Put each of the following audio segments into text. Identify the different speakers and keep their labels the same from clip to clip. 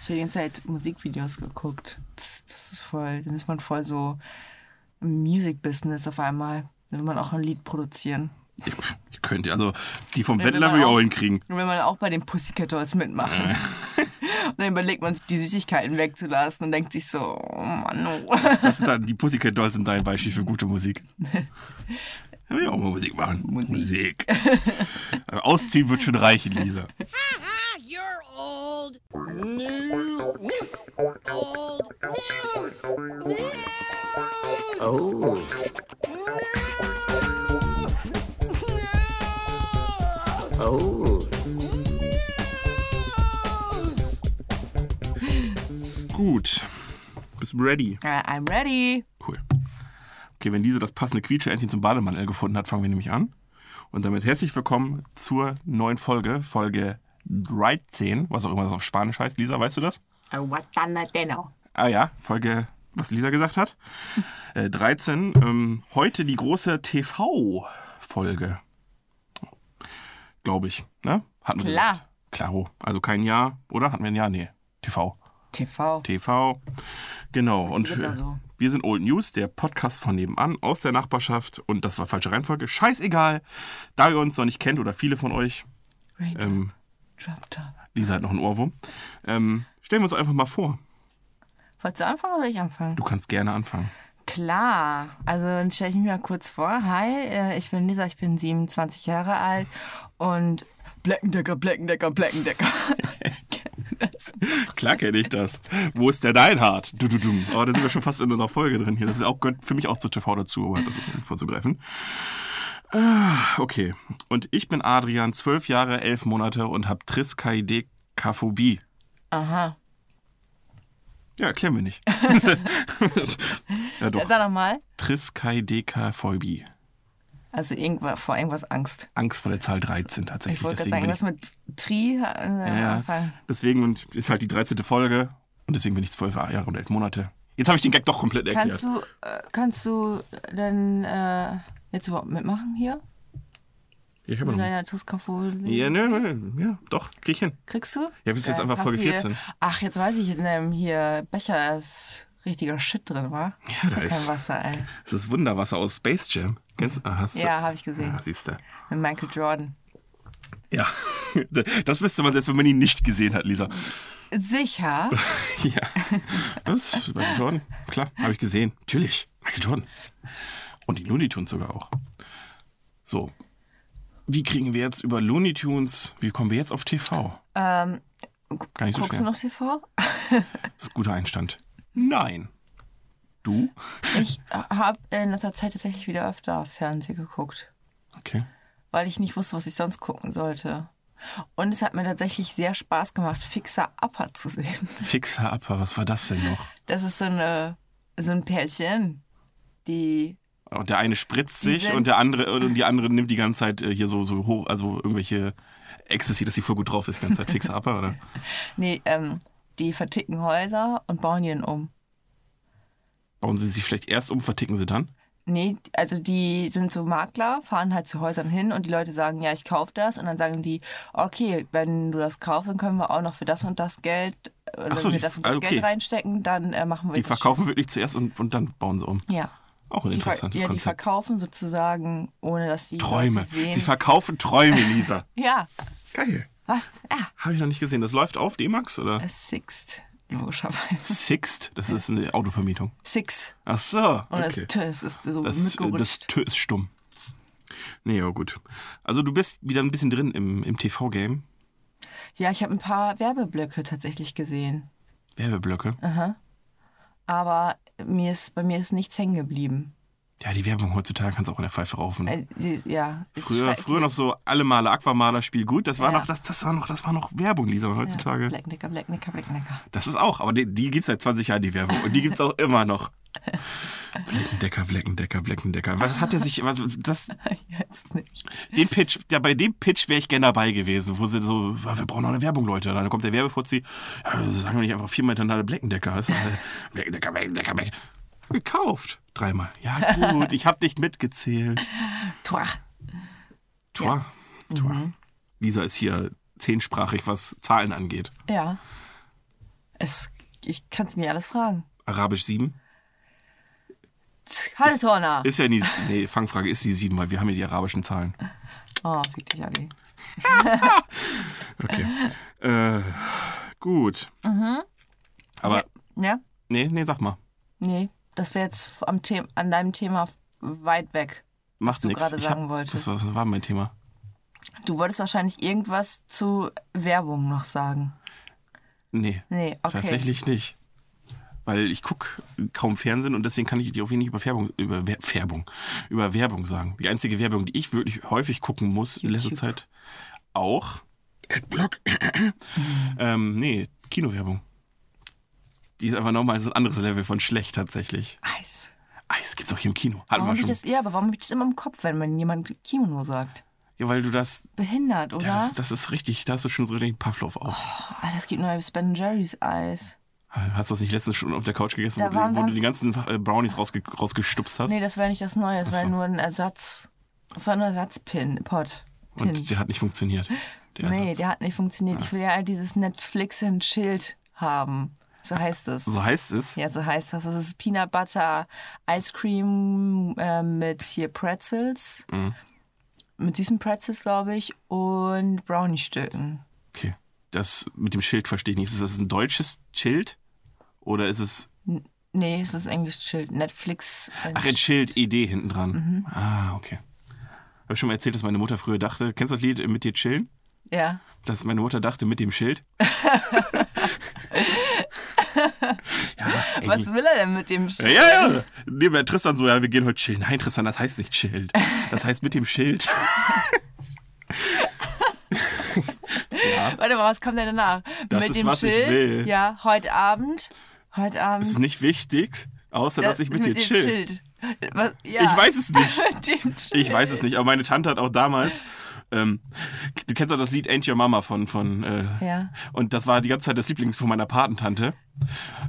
Speaker 1: Ich habe die ganze Zeit Musikvideos geguckt. Das, das ist voll, dann ist man voll so im Music-Business auf einmal. Dann will man auch ein Lied produzieren.
Speaker 2: Ich, ich könnte, also die vom
Speaker 1: Ja, wenn
Speaker 2: Wendler
Speaker 1: man
Speaker 2: will ich auch
Speaker 1: aus-
Speaker 2: hinkriegen.
Speaker 1: Und will man auch bei den Pussycat Dolls mitmachen. Und dann überlegt man sich, die Süßigkeiten wegzulassen und denkt sich so, oh Mann, oh.
Speaker 2: Das sind dann, die Pussycat Dolls sind dein Beispiel für gute Musik. Da will ich auch mal Musik machen.
Speaker 1: Musik.
Speaker 2: Musik. Aber Ausziehen wird schon reichen, Lisa.
Speaker 3: You're old. New news. Old news. News.
Speaker 4: Oh.
Speaker 3: News.
Speaker 4: Oh.
Speaker 3: News.
Speaker 2: Gut. Bist du ready?
Speaker 1: Äh, I'm ready.
Speaker 2: Cool. Okay, wenn Lisa das passende Quietscheentchen zum Bademantel gefunden hat, fangen wir nämlich an. Und damit herzlich willkommen zur neuen Folge, Folge 13, was auch immer das auf Spanisch heißt. Lisa, weißt du das?
Speaker 1: Guatanadeno.
Speaker 2: Ah ja, Folge, was Lisa gesagt hat. Äh, 13. Ähm, heute die große TV-Folge. Glaube ich, ne? Hatten wir
Speaker 1: Klar.
Speaker 2: gesagt. Klaro. Also kein Jahr, oder? Hatten wir ein Jahr? Nee. TV.
Speaker 1: TV.
Speaker 2: TV. Genau. Und
Speaker 1: sind da
Speaker 2: äh,
Speaker 1: so?
Speaker 2: wir sind Old News, der Podcast von nebenan aus der Nachbarschaft. Und das war falsche Reihenfolge. Scheißegal. Da ihr uns noch nicht kennt oder viele von euch,
Speaker 1: Raindrop
Speaker 2: ähm,
Speaker 1: da.
Speaker 2: Lisa hat noch einen Ohrwurm. Ähm, stellen wir uns einfach mal vor.
Speaker 1: Wolltest du anfangen oder soll ich anfangen?
Speaker 2: Du kannst gerne anfangen.
Speaker 1: Klar. Also dann stelle ich mich mal kurz vor. Hi, äh, ich bin Lisa, ich bin 27 Jahre alt und Blackendecker, Blackendecker, Blackendecker.
Speaker 2: Klar kenne ich das. Wo ist der Deinhard? Du, du, du. Aber da sind wir schon fast in unserer Folge drin hier. Das ist auch, gehört für mich auch zu TV dazu, aber das ist nicht vorzugreifen. Ah, Okay. Und ich bin Adrian, zwölf Jahre, elf Monate und habe Triskaidekaphobie.
Speaker 1: Aha.
Speaker 2: Ja, erklären wir nicht. ja doch.
Speaker 1: Sag nochmal.
Speaker 2: Triskaidekaphobie.
Speaker 1: Also irgendwas, vor irgendwas Angst.
Speaker 2: Angst vor der Zahl 13
Speaker 1: Ich
Speaker 2: tatsächlich.
Speaker 1: wollte gerade
Speaker 2: Deswegen
Speaker 1: sagen,
Speaker 2: bin
Speaker 1: was mit Tri äh,
Speaker 2: Ja,
Speaker 1: am
Speaker 2: ja.
Speaker 1: Anfang.
Speaker 2: deswegen und ist halt die 13. Folge und deswegen bin ich zwölf Jahre und elf Monate. Jetzt habe ich den Gag doch komplett erklärt.
Speaker 1: Kannst du, äh, kannst du denn äh, jetzt überhaupt mitmachen hier?
Speaker 2: ich habe
Speaker 1: Mit
Speaker 2: noch.
Speaker 1: deiner Tuskafolie?
Speaker 2: Ja, ne, ne, ja, doch, krieg ich hin.
Speaker 1: Kriegst du?
Speaker 2: Ja, wir sind jetzt
Speaker 1: Äh,
Speaker 2: einfach
Speaker 1: hast
Speaker 2: Folge
Speaker 1: du hier-
Speaker 2: 14.
Speaker 1: Ach, jetzt weiß ich, in dem hier Becher ist richtiger Shit drin, war.
Speaker 2: Ja, da
Speaker 1: Kein
Speaker 2: ist,
Speaker 1: Wasser, ey.
Speaker 2: das ist Wunderwasser aus Space Jam. Kennst, ah, hast du?
Speaker 1: Ja, habe ich gesehen.
Speaker 2: Ah, siehst du.
Speaker 1: Mit Michael Jordan.
Speaker 2: Ja, das wüsste man selbst, wenn man ihn nicht gesehen hat, Lisa.
Speaker 1: Sicher?
Speaker 2: Ja, das ist Michael Jordan. Klar, habe ich gesehen. Natürlich, Michael Jordan. Und die Looney Tunes sogar auch. So, wie kriegen wir jetzt über Looney Tunes, wie kommen wir jetzt auf TV?
Speaker 1: ähm,
Speaker 2: Gar nicht so
Speaker 1: guckst
Speaker 2: schwer.
Speaker 1: du noch TV?
Speaker 2: Das ist ein guter Einstand. Nein. Du?
Speaker 1: Ich habe in letzter Zeit tatsächlich wieder öfter Fernsehen geguckt,
Speaker 2: Okay.
Speaker 1: weil ich nicht wusste, was ich sonst gucken sollte. Und es hat mir tatsächlich sehr Spaß gemacht, Fixer Upper zu sehen.
Speaker 2: Fixer Upper, was war das denn noch?
Speaker 1: Das ist so, eine, so ein Pärchen, die
Speaker 2: Und der eine spritzt
Speaker 1: Die
Speaker 2: sich
Speaker 1: sind-
Speaker 2: und der andere und die andere nimmt die ganze Zeit äh, hier so, so hoch, also irgendwelche Ecstasy, dass sie voll gut drauf ist, die ganze Zeit fixer Upper, oder?
Speaker 1: Nee, ähm, die verticken Häuser und bauen ihren um.
Speaker 2: Bauen sie sich vielleicht erst um, verticken sie dann?
Speaker 1: Nee, also die sind so Makler, fahren halt zu Häusern hin und die Leute sagen, ja, ich kaufe das. Und dann sagen die, okay, wenn du das kaufst, dann können wir auch noch für das und das Geld, oder
Speaker 2: Ach so,
Speaker 1: wenn wir
Speaker 2: die-
Speaker 1: das und das
Speaker 2: ah, okay.
Speaker 1: Geld reinstecken, dann äh, machen wir
Speaker 2: Die
Speaker 1: das
Speaker 2: verkaufen wirklich zuerst und, und dann bauen sie um.
Speaker 1: schon. Ja.
Speaker 2: Auch ein
Speaker 1: Die, ver
Speaker 2: interessantes
Speaker 1: ja, die
Speaker 2: Konzept.
Speaker 1: verkaufen sozusagen, ohne dass die
Speaker 2: Träume.
Speaker 1: Leute sehen.
Speaker 2: Sie verkaufen Träume, Lisa.
Speaker 1: ja,
Speaker 2: Geil.
Speaker 1: was? Ja,
Speaker 2: Habe ich noch nicht gesehen. Das läuft auf D-Max oder?
Speaker 1: Sixt, logischerweise.
Speaker 2: Sixt, das ist eine Autovermietung.
Speaker 1: Six.
Speaker 2: Ach so.
Speaker 1: Und
Speaker 2: Okay.
Speaker 1: das T es ist so
Speaker 2: Das, das
Speaker 1: mitgerutscht.
Speaker 2: Tö ist stumm. Nee, ja gut. Also du bist wieder ein bisschen drin im, im TV-Game.
Speaker 1: Ja, ich habe ein paar Werbeblöcke tatsächlich gesehen.
Speaker 2: Werbeblöcke.
Speaker 1: aber mir ist, bei mir ist nichts hängen geblieben.
Speaker 2: Ja, die Werbung heutzutage kannst du auch in der Pfeife raufen.
Speaker 1: Äh, die- Ja, ist
Speaker 2: Früher,
Speaker 1: schrecklich.
Speaker 2: früher noch so alle Male Aquamaler Spiel gut, das war
Speaker 1: Ja.
Speaker 2: noch das, das war noch das war noch Werbung Lisa und
Speaker 1: Ja,
Speaker 2: heutzutage.
Speaker 1: Blacknicker, Blacknicker, Blacknicker.
Speaker 2: Das ist auch, aber die, die gibt's seit 20 Jahren die Werbung und die gibt's auch immer noch. Bleckendecker, Bleckendecker, Bleckendecker. Was hat er sich was das
Speaker 1: Jetzt nicht.
Speaker 2: den Pitch, ja, bei dem Pitch wäre ich gerne dabei gewesen, wo sie so, "Ja, wir brauchen noch eine Werbung, Leute. Dann kommt der Werbefuzzi, ja, wir sagen wir nicht einfach viermal hintereinander Bleckendecker. Das ist, äh, Bleckendecker, Bleckendecker, Bleckendecker. Gekauft. Dreimal. Ja, gut, ich habe nicht mitgezählt.
Speaker 1: Tua.
Speaker 2: Toi. Toi. Lisa ist hier zehnsprachig, was Zahlen angeht.
Speaker 1: Ja. Es Es, ich kann es mir alles fragen.
Speaker 2: Arabisch 7?
Speaker 1: halt, Haltorna.
Speaker 2: Ist ja nie. Nee, Fangfrage ist die 7, weil wir haben ja die arabischen Zahlen.
Speaker 1: Oh, fick dich, Ali.
Speaker 2: Okay. äh, gut. Aber.
Speaker 1: Mhm. Ja?
Speaker 2: Nee, nee, sag mal.
Speaker 1: Nee, das wäre jetzt am The an deinem Thema weit weg.
Speaker 2: Macht
Speaker 1: du
Speaker 2: nichts.
Speaker 1: gerade
Speaker 2: Ich
Speaker 1: sagen
Speaker 2: hab-
Speaker 1: wolltest.
Speaker 2: Das war, das war mein Thema.
Speaker 1: Du wolltest wahrscheinlich irgendwas zu Werbung noch sagen.
Speaker 2: Nee.
Speaker 1: Nee, okay.
Speaker 2: Tatsächlich nicht. Weil ich gucke kaum Fernsehen und deswegen kann ich dir auch wenig über Werbung, über Wer Werbung, über Werbung sagen. Die einzige Werbung, die ich wirklich häufig gucken muss in letzter
Speaker 1: YouTube. Mhm.
Speaker 2: Zeit, auch Adblock. ähm, nee, Kinowerbung. Die ist einfach nochmal so ein anderes Level von schlecht tatsächlich.
Speaker 1: Eis.
Speaker 2: Ah, das gibt's auch hier im Kino. Hatten
Speaker 1: Warum
Speaker 2: wir
Speaker 1: hab ich
Speaker 2: schon.
Speaker 1: das eher, aber warum hab ich das immer im Kopf, wenn man jemand Kimono sagt?
Speaker 2: Ja, weil du das.
Speaker 1: Behindert, oder?
Speaker 2: Ja, das, das ist richtig. Da hast du schon so den Pavlov auf.
Speaker 1: Alter, es gibt nur Ben Jerry's Eis.
Speaker 2: Hast du das nicht letztens schon auf der Couch gegessen,
Speaker 1: Da
Speaker 2: wo,
Speaker 1: waren
Speaker 2: du, wo
Speaker 1: wir-
Speaker 2: du die ganzen äh, Brownies rausge rausgestupst hast?
Speaker 1: Nee, das wäre nicht das Neue, das
Speaker 2: Ach
Speaker 1: war
Speaker 2: so.
Speaker 1: nur ein Ersatz. Das war ein Ersatzpin, Pot. Pin.
Speaker 2: Und der hat nicht funktioniert. Der
Speaker 1: nee,
Speaker 2: Ersatz. Ah.
Speaker 1: der hat nicht funktioniert. Ich will ja all dieses Netflix and Schild haben. So heißt es.
Speaker 2: so heißt es.
Speaker 1: Ja, so heißt das. Das ist Peanut Butter Ice Cream äh, mit hier Pretzels.
Speaker 2: Mhm.
Speaker 1: Mit süßen Pretzels, glaube ich. Und Brownie-Stücken.
Speaker 2: Okay. Das mit dem Schild verstehe ich nicht. Ist das ein deutsches Schild? Oder ist es.
Speaker 1: Nee, es ist Englisch Schild. Netflix. and
Speaker 2: Ach, ein Schild-Idee hinten dran.
Speaker 1: Mhm.
Speaker 2: Ah, okay. Habe ich schon mal erzählt, dass meine Mutter früher dachte, kennst du das Lied äh, mit dir chillen?
Speaker 1: Ja.
Speaker 2: Dass meine Mutter dachte, mit dem Schild. ja, ey,
Speaker 1: Was will er denn mit dem Schild?
Speaker 2: Ja, ja, ja. Nee, bei Tristan so, ja, wir gehen heute chillen. Nein, Tristan, das heißt nicht Schild. Das heißt mit dem Schild.
Speaker 1: Warte mal, was kommt denn danach?
Speaker 2: Das
Speaker 1: mit
Speaker 2: ist,
Speaker 1: dem
Speaker 2: was ich
Speaker 1: Schild?
Speaker 2: will.
Speaker 1: Ja, heute Abend. Heute Abend.
Speaker 2: Das ist nicht wichtig, außer dass ich mit dir
Speaker 1: dem
Speaker 2: chill.
Speaker 1: Schild. Was, ja.
Speaker 2: Ich weiß es nicht.
Speaker 1: mit dem Schild.
Speaker 2: Ich weiß es nicht, aber meine Tante hat auch damals. Ähm, du kennst doch das Lied Ain't Your Mama von. von äh,
Speaker 1: Ja.
Speaker 2: Und das war die ganze Zeit das Lieblings von meiner Patentante.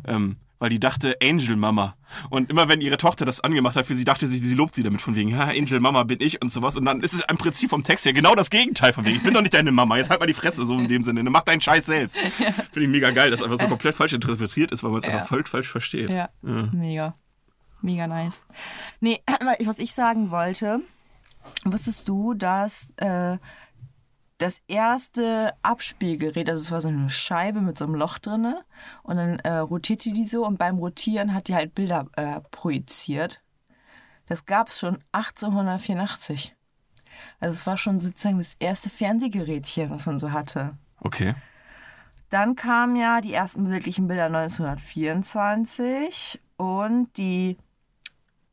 Speaker 2: Ähm, weil die dachte, Angel Mama. Und immer wenn ihre Tochter das angemacht hat für sie, dachte sie, sie lobt sie damit von wegen, ja, Angel Mama bin ich und sowas. Und dann ist es im Prinzip vom Text her genau das Gegenteil von wegen, ich bin doch nicht deine Mama, jetzt halt mal die Fresse, so in dem Sinne, ne, mach deinen Scheiß selbst. Finde ich mega geil, dass einfach so komplett falsch interpretiert ist, weil man es einfach voll falsch versteht.
Speaker 1: Ja, mega. Mega nice. Nee, was ich sagen wollte, wusstest du, dass äh, das erste Abspielgerät, also es war so eine Scheibe mit so einem Loch drinne und dann äh, rotierte die so und beim Rotieren hat die halt Bilder äh, projiziert. Das gab es schon 1884. Also es war schon sozusagen das erste Fernsehgerätchen, was man so hatte.
Speaker 2: Okay.
Speaker 1: Dann kamen ja die ersten beweglichen Bilder 1924 und die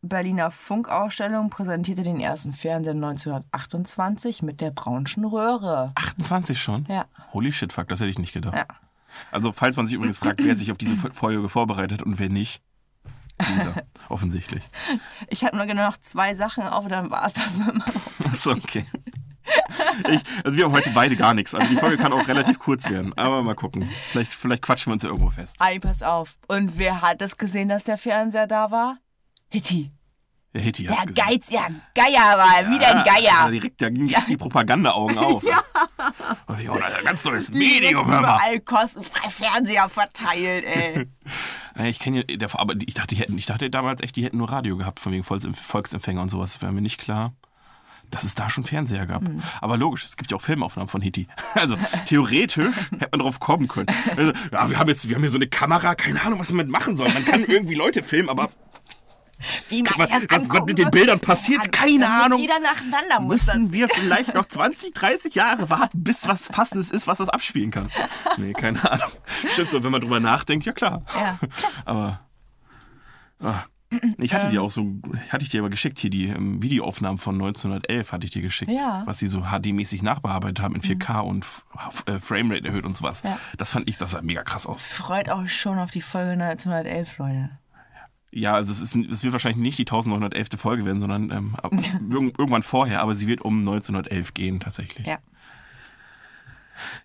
Speaker 1: Berliner Funkausstellung präsentierte den ersten Fernseher 1928 mit der braunschen Röhre.
Speaker 2: 28 schon?
Speaker 1: Ja.
Speaker 2: Holy shit, fuck, das hätte ich nicht gedacht.
Speaker 1: Ja.
Speaker 2: Also, falls man sich übrigens fragt, wer sich auf diese Fol- Folge vorbereitet und wer nicht, dieser, offensichtlich.
Speaker 1: Ich hatte nur genau noch zwei Sachen auf und dann war es das mit meinem
Speaker 2: Achso, okay. Ich, also, wir haben heute beide gar nichts. Also, die Folge kann auch relativ kurz werden. Aber mal gucken. Vielleicht, vielleicht quatschen wir uns ja irgendwo fest.
Speaker 1: Ei, pass auf. Und wer hat es gesehen, dass der Fernseher da war? Hitti.
Speaker 2: Der Hitty hat's
Speaker 1: Der
Speaker 2: gesagt.
Speaker 1: Geiz, ja, Geier war, er, wieder ein
Speaker 2: Ah,
Speaker 1: Geier.
Speaker 2: direkt, da ging direkt die Propagandaaugen auf. ja. Oh, das ist ein ganz neues Medium, hör mal.
Speaker 1: Überall kostenfrei Fernseher verteilt, ey.
Speaker 2: Ja, Ich kenne ja, der- aber ich dachte, die hätten, ich dachte damals echt, die hätten nur Radio gehabt, von wegen Volks- Volksempfänger und sowas. Wäre mir nicht klar, dass es da schon Fernseher gab.
Speaker 1: Hm.
Speaker 2: Aber logisch, es gibt ja auch Filmaufnahmen von Hitti. Also theoretisch hätte man drauf kommen können. Also, ja, wir haben jetzt, wir haben hier so eine Kamera, keine Ahnung, was man damit machen soll. Man kann irgendwie Leute filmen, aber
Speaker 1: Wie man
Speaker 2: was,
Speaker 1: erst
Speaker 2: was, was
Speaker 1: angucken
Speaker 2: mit den
Speaker 1: soll.
Speaker 2: Bildern passiert, keine
Speaker 1: Dann muss
Speaker 2: Ahnung.
Speaker 1: Jeder nacheinander muss das
Speaker 2: Müssen wir vielleicht noch 20, 30 Jahre warten, bis was Passendes ist, was das abspielen kann? Nee, keine Ahnung. Stimmt so, wenn man drüber nachdenkt, ja klar.
Speaker 1: Ja.
Speaker 2: Aber ah, ich hatte
Speaker 1: Ähm.
Speaker 2: dir auch so, hatte ich dir aber geschickt hier die ähm, Videoaufnahmen von 1911 hatte ich dir geschickt,
Speaker 1: Ja. Mhm.
Speaker 2: was sie so HD-mäßig nachbearbeitet haben in 4K und F F- äh, Framerate erhöht und sowas.
Speaker 1: Ja.
Speaker 2: Das fand ich, das sah mega krass aus.
Speaker 1: Freut euch schon auf die Folge 1911, Leute.
Speaker 2: Ja, also es, ist, es wird wahrscheinlich nicht die 1911. Folge werden, sondern ähm, ab, irgend- irgendwann vorher, aber sie wird um 1911 gehen tatsächlich.
Speaker 1: Ja.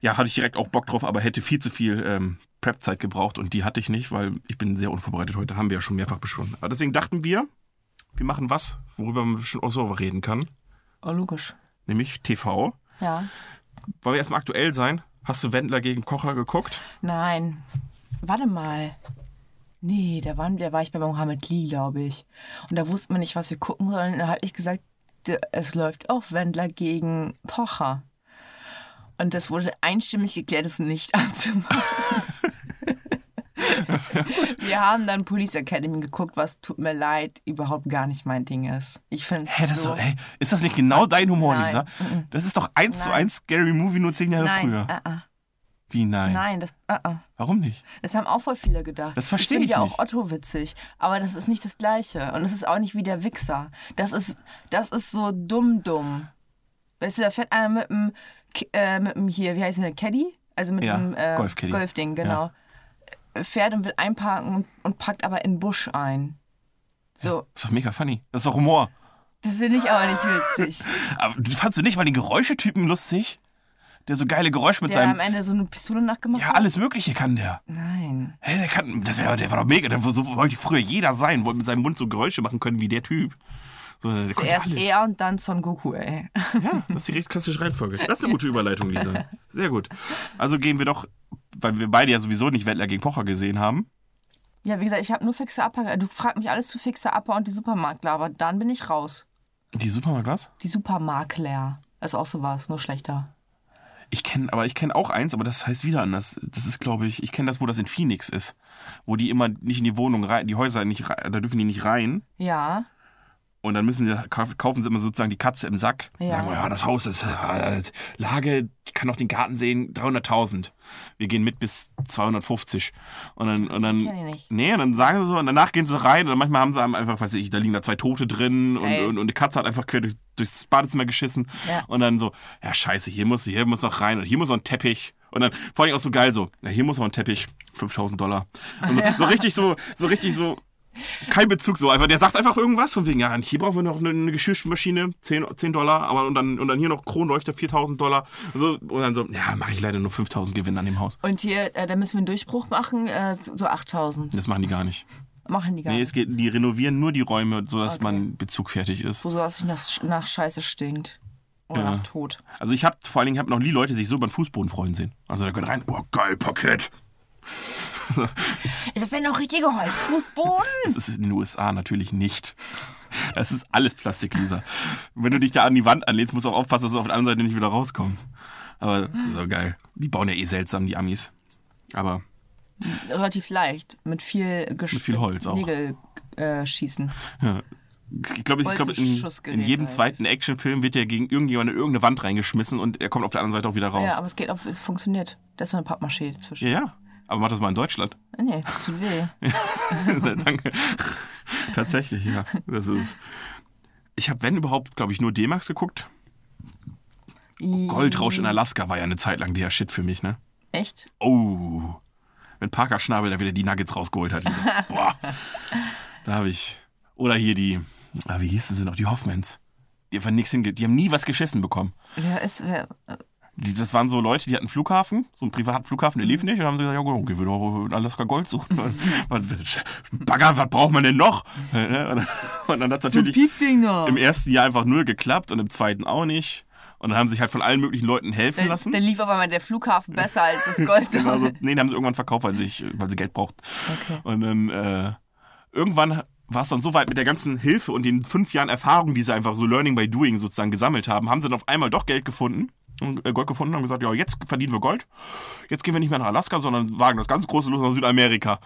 Speaker 2: Ja, hatte ich direkt auch Bock drauf, aber hätte viel zu viel ähm, Prep-Zeit gebraucht und die hatte ich nicht, weil ich bin sehr unvorbereitet heute. Haben wir ja schon mehrfach besprochen. Aber deswegen dachten wir, wir machen was, worüber man bestimmt auch so reden kann,
Speaker 1: Oh, logisch.
Speaker 2: nämlich TV.
Speaker 1: Ja.
Speaker 2: Wollen wir erstmal aktuell sein? Hast du Wendler gegen Kocher geguckt?
Speaker 1: Nein. warte mal. Nee, da, waren, da war ich bei Mohammed Lee, glaube ich. Und da wusste man nicht, was wir gucken sollen. Da habe ich gesagt, d- es läuft auf Wendler gegen Pocher. Und das wurde einstimmig geklärt, es nicht anzumachen. Wir haben dann Police Academy geguckt, was tut mir leid, überhaupt gar nicht mein Ding ist. Ich finde
Speaker 2: Hä, das ist,
Speaker 1: so,
Speaker 2: doch, hey, ist das nicht genau dein Humor,
Speaker 1: Nein.
Speaker 2: Lisa?
Speaker 1: Mhm.
Speaker 2: Das ist doch eins zu
Speaker 1: Nein.
Speaker 2: eins Scary Movie nur zehn Jahre
Speaker 1: nein,
Speaker 2: früher.
Speaker 1: ah, ah.
Speaker 2: Wie nein?
Speaker 1: nein, das, ah, ah.
Speaker 2: Warum nicht?
Speaker 1: Das haben auch voll viele gedacht.
Speaker 2: Das verstehe
Speaker 1: ich.
Speaker 2: ich
Speaker 1: finde ja
Speaker 2: nicht.
Speaker 1: auch Otto witzig, aber das ist nicht das Gleiche. Und es ist auch nicht wie der Wichser. Das ist, das ist so dumm, dumm. Weißt du, da fährt einer mit dem, K- äh, mit dem hier, wie heißt der, Caddy? Also mit
Speaker 2: Ja,
Speaker 1: dem äh,
Speaker 2: Golf-Caddy.
Speaker 1: Golfding, genau. Fährt und will einparken und, und packt aber in den Busch ein. So,
Speaker 2: Das ist doch mega funny. Das ist doch Humor.
Speaker 1: das finde ich aber nicht witzig.
Speaker 2: Aber fandst du nicht mal den Geräuschetypen lustig? Der so geile Geräusche mit
Speaker 1: Der am
Speaker 2: seinem.
Speaker 1: Ende so eine Pistole nachgemacht
Speaker 2: Ja,
Speaker 1: hat?
Speaker 2: alles Mögliche kann der.
Speaker 1: Nein.
Speaker 2: Hä, der kann. Das wär, der war doch mega. Der, so wollte früher jeder sein. Wollte mit seinem Mund so Geräusche machen können wie der Typ. So, der konnte
Speaker 1: Zuerst
Speaker 2: alles.
Speaker 1: er und dann Son Goku, ey.
Speaker 2: Ja, das ist die recht klassische Reihenfolge. Das ist eine gute Überleitung, Lisa. Sehr gut. Also gehen wir doch, weil wir beide ja sowieso nicht Wettler gegen Pocher gesehen haben.
Speaker 1: Ja, wie gesagt, ich habe nur Fixer Upper. Du fragst mich alles zu Fixer Upper und die Supermakler, aber dann bin ich raus.
Speaker 2: Die Supermarkt was?
Speaker 1: Die Supermakler. Ist auch sowas, nur schlechter.
Speaker 2: Ich kenne, aber ich kenne auch eins, aber das heißt wieder anders. Das ist, glaube ich, ich kenne das, wo das in Phoenix ist. Wo die immer nicht in die Wohnung rein, die Häuser nicht rein, da dürfen die nicht rein.
Speaker 1: Ja.
Speaker 2: Und dann müssen sie, kau- kaufen sie immer sozusagen die Katze im Sack.
Speaker 1: Ja.
Speaker 2: Sagen wir, ja, das Haus ist, äh, Lage, ich kann auch den Garten sehen, 300.000. Wir gehen mit bis 250. Und dann, und dann.
Speaker 1: Kenn ich nicht.
Speaker 2: Nee, und dann sagen sie so, und danach gehen sie rein. Und manchmal haben sie einfach, weiß ich, da liegen da zwei Tote drin. Und,
Speaker 1: Ey.
Speaker 2: und, und die Katze hat einfach quer durchs, durchs Badezimmer geschissen.
Speaker 1: Ja.
Speaker 2: Und dann so, ja, scheiße, hier muss, hier muss noch rein. Und hier muss noch ein Teppich. Und dann vor allem auch so geil so, ja, hier muss noch ein Teppich. 5000 Dollar. Und so, so richtig so, so richtig so, kein Bezug so einfach. Der sagt einfach irgendwas von wegen, ja, und hier brauchen wir noch eine, eine Geschirrmaschine, 10, 10 Dollar, aber und dann, und dann hier noch Kronleuchter, 4000 Dollar. So, und dann so, ja, mache ich leider nur 5000 Gewinn an dem Haus.
Speaker 1: Und hier, äh, da müssen wir einen Durchbruch machen, äh, so so 8000.
Speaker 2: Das machen die gar nicht.
Speaker 1: Machen die gar
Speaker 2: Nee,
Speaker 1: nicht.
Speaker 2: es geht, die renovieren nur die Räume, sodass
Speaker 1: Okay.
Speaker 2: man Bezug fertig ist.
Speaker 1: Wo sowas nicht nach, nach Scheiße stinkt. Oder
Speaker 2: Ja.
Speaker 1: nach Tod.
Speaker 2: Also ich habe vor allen Dingen hab noch nie Leute sich so über den Fußboden freuen sehen. Also da können rein, oh geil, Parkett.
Speaker 1: Ist das denn noch richtige Holzfußboden?
Speaker 2: Das ist in den USA natürlich nicht. Das ist alles Plastik, Lisa. Wenn du dich da an die Wand anlehnst, musst du auch aufpassen, dass du auf der anderen Seite nicht wieder rauskommst. Aber so geil. Die bauen ja eh seltsam, die Amis. Aber
Speaker 1: Relativ leicht. Mit viel, Gesch-
Speaker 2: Mit viel Holz auch.
Speaker 1: Nägel äh, schießen.
Speaker 2: ja. ich glaube, ich glaube, in, in
Speaker 1: Bolzenschussgerät
Speaker 2: jedem
Speaker 1: heißt
Speaker 2: zweiten
Speaker 1: es.
Speaker 2: Actionfilm wird ja gegen irgendjemanden irgendeine Wand reingeschmissen und er kommt auf der anderen Seite auch wieder raus.
Speaker 1: Ja, aber es geht auf, es funktioniert. Da ist so eine Pappmaché
Speaker 2: ja,
Speaker 1: dazwischen.
Speaker 2: ja. Aber mach das mal in Deutschland.
Speaker 1: Nee, zu weh.
Speaker 2: Danke. Tatsächlich, ja. Das ist. Ich habe, wenn überhaupt, glaube ich, nur D-Max geguckt.
Speaker 1: Mhm.
Speaker 2: Goldrausch in Alaska war ja eine Zeit lang der Shit für mich, ne?
Speaker 1: Echt?
Speaker 2: Oh. Wenn Parker Schnabel da wieder die Nuggets rausgeholt hat. Lisa. Boah. Da habe ich. Oder hier die. Ah, wie hießen sie noch? Die Hoffmans. Die einfach nichts hinge. Die haben nie was geschissen bekommen.
Speaker 1: Wer ist, wer,
Speaker 2: Die, das waren so Leute, die hatten einen Flughafen, so einen privaten Flughafen, der lief nicht. Und dann haben sie gesagt, ja gut, gehen wir doch in Alaska Gold suchen. was, Bagger, was braucht man denn noch? Äh, ne? Und dann, und dann hat natürlich
Speaker 1: Piepding da.
Speaker 2: im ersten Jahr einfach null geklappt und im zweiten auch nicht. Und dann haben sie sich halt von allen möglichen Leuten helfen lassen.
Speaker 1: Dann lief auf einmal Äh, der Flughafen besser als das Gold.
Speaker 2: Genau so. Nee, den haben sie irgendwann verkauft, weil sie, sich- weil sie Geld braucht. Und dann äh, irgendwann war es dann so weit mit der ganzen Hilfe und den fünf Jahren Erfahrung, die sie einfach so Learning by Doing sozusagen gesammelt haben, haben sie dann auf einmal doch Geld gefunden. und, äh, Gold gefunden und haben gesagt, ja, jetzt verdienen wir Gold. Jetzt gehen wir nicht mehr nach Alaska, sondern wagen das ganz große Los nach Südamerika.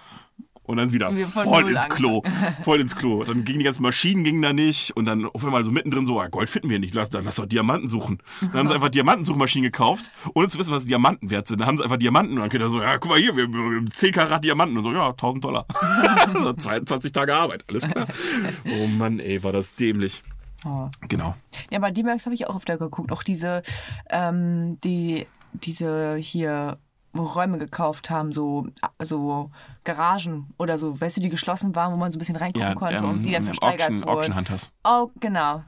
Speaker 2: Und dann wieder
Speaker 1: Wir von
Speaker 2: voll
Speaker 1: Null
Speaker 2: ins
Speaker 1: angefangen.
Speaker 2: Klo. Voll ins Klo. Dann gingen die ganzen Maschinen gingen da nicht. Und dann auf einmal so mittendrin so, ah, Gold finden wir nicht, lass, dann lass doch Diamanten suchen. Dann haben sie einfach Diamantensuchmaschinen gekauft, ohne zu wissen, was Diamanten wert sind. Dann haben sie einfach Diamanten und dann geht er so, ja, guck mal hier, wir haben 10 Karat Diamanten. Und so, ja, 1000 Dollar. so 22 Tage Arbeit, alles klar. Oh Mann, ey, war das dämlich.
Speaker 1: Oh.
Speaker 2: Genau.
Speaker 1: Ja, bei D-Max habe ich auch öfter geguckt. Auch diese, ähm, die, diese hier, wo Räume gekauft haben, so, so Garagen oder so, weißt du, die geschlossen waren, wo man so ein bisschen reingucken konnte und die dann versteigert
Speaker 2: ähm, Auction,
Speaker 1: wurden.
Speaker 2: Auction Hunters.
Speaker 1: Oh, genau.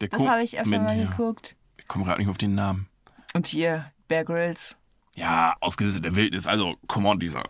Speaker 2: Der
Speaker 1: Das
Speaker 2: Ko-
Speaker 1: habe ich öfter
Speaker 2: Mann,
Speaker 1: mal
Speaker 2: ja.
Speaker 1: geguckt.
Speaker 2: Ich komme gerade nicht auf den Namen.
Speaker 1: Und hier, Bear Grylls.
Speaker 2: Ja, ausgesetzt in der Wildnis. Also, come on, dieser.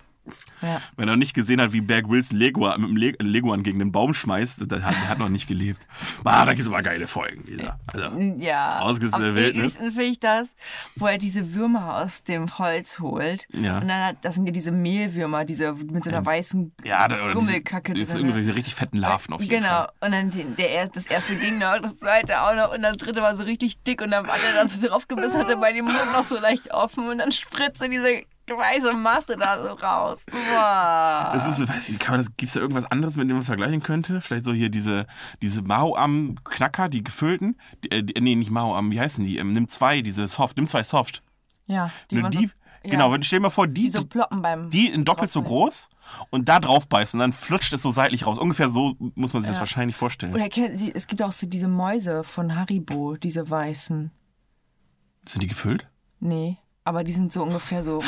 Speaker 1: Ja.
Speaker 2: Wenn er noch nicht gesehen hat, wie Bear Grylls Leguan, mit dem Le- Leguan gegen den Baum schmeißt, der hat, der hat noch nicht gelebt. Ah, da gibt's aber geile Folgen, dieser. Also,
Speaker 1: Ja.
Speaker 2: Ausgesetzt
Speaker 1: Am
Speaker 2: der Wildnis.
Speaker 1: ekligsten finde ich das, wo er diese Würmer aus dem Holz holt.
Speaker 2: Ja.
Speaker 1: Und dann hat, das sind ja diese Mehlwürmer, diese mit so einer weißen
Speaker 2: ja, da, oder
Speaker 1: Gummelkacke
Speaker 2: diese, diese,
Speaker 1: drin.
Speaker 2: irgendwelche richtig fetten Larven auf jeden
Speaker 1: genau.
Speaker 2: Fall.
Speaker 1: Und dann den, der, erst- das erste ging noch, das zweite auch noch und das dritte war so richtig dick und dann war der dann so draufgebissen, hatte bei dem Mund noch so leicht offen und dann spritzte diese weiße Masse da so raus. Wow.
Speaker 2: Das ist, weiß ich, kann man das, gibt's da irgendwas anderes, mit dem man vergleichen könnte? Vielleicht so hier diese, diese Mao-Am-Knacker, die gefüllten? Die, äh, die, nee, nicht Mao-Am, wie heißen die? Ähm, nimm zwei, diese Soft, nimm zwei Soft.
Speaker 1: Ja,
Speaker 2: Die
Speaker 1: man
Speaker 2: die,
Speaker 1: so, ja,
Speaker 2: Genau, wenn stell dir mal vor, die,
Speaker 1: die so ploppen beim.
Speaker 2: die in doppelt so groß und da drauf beißen, dann flutscht es so seitlich raus. Ungefähr so muss man sich das wahrscheinlich vorstellen.
Speaker 1: Oder kennt, sie- es gibt auch so diese Mäuse von Haribo, diese weißen.
Speaker 2: Sind die gefüllt?
Speaker 1: Nee, aber die sind so ungefähr so,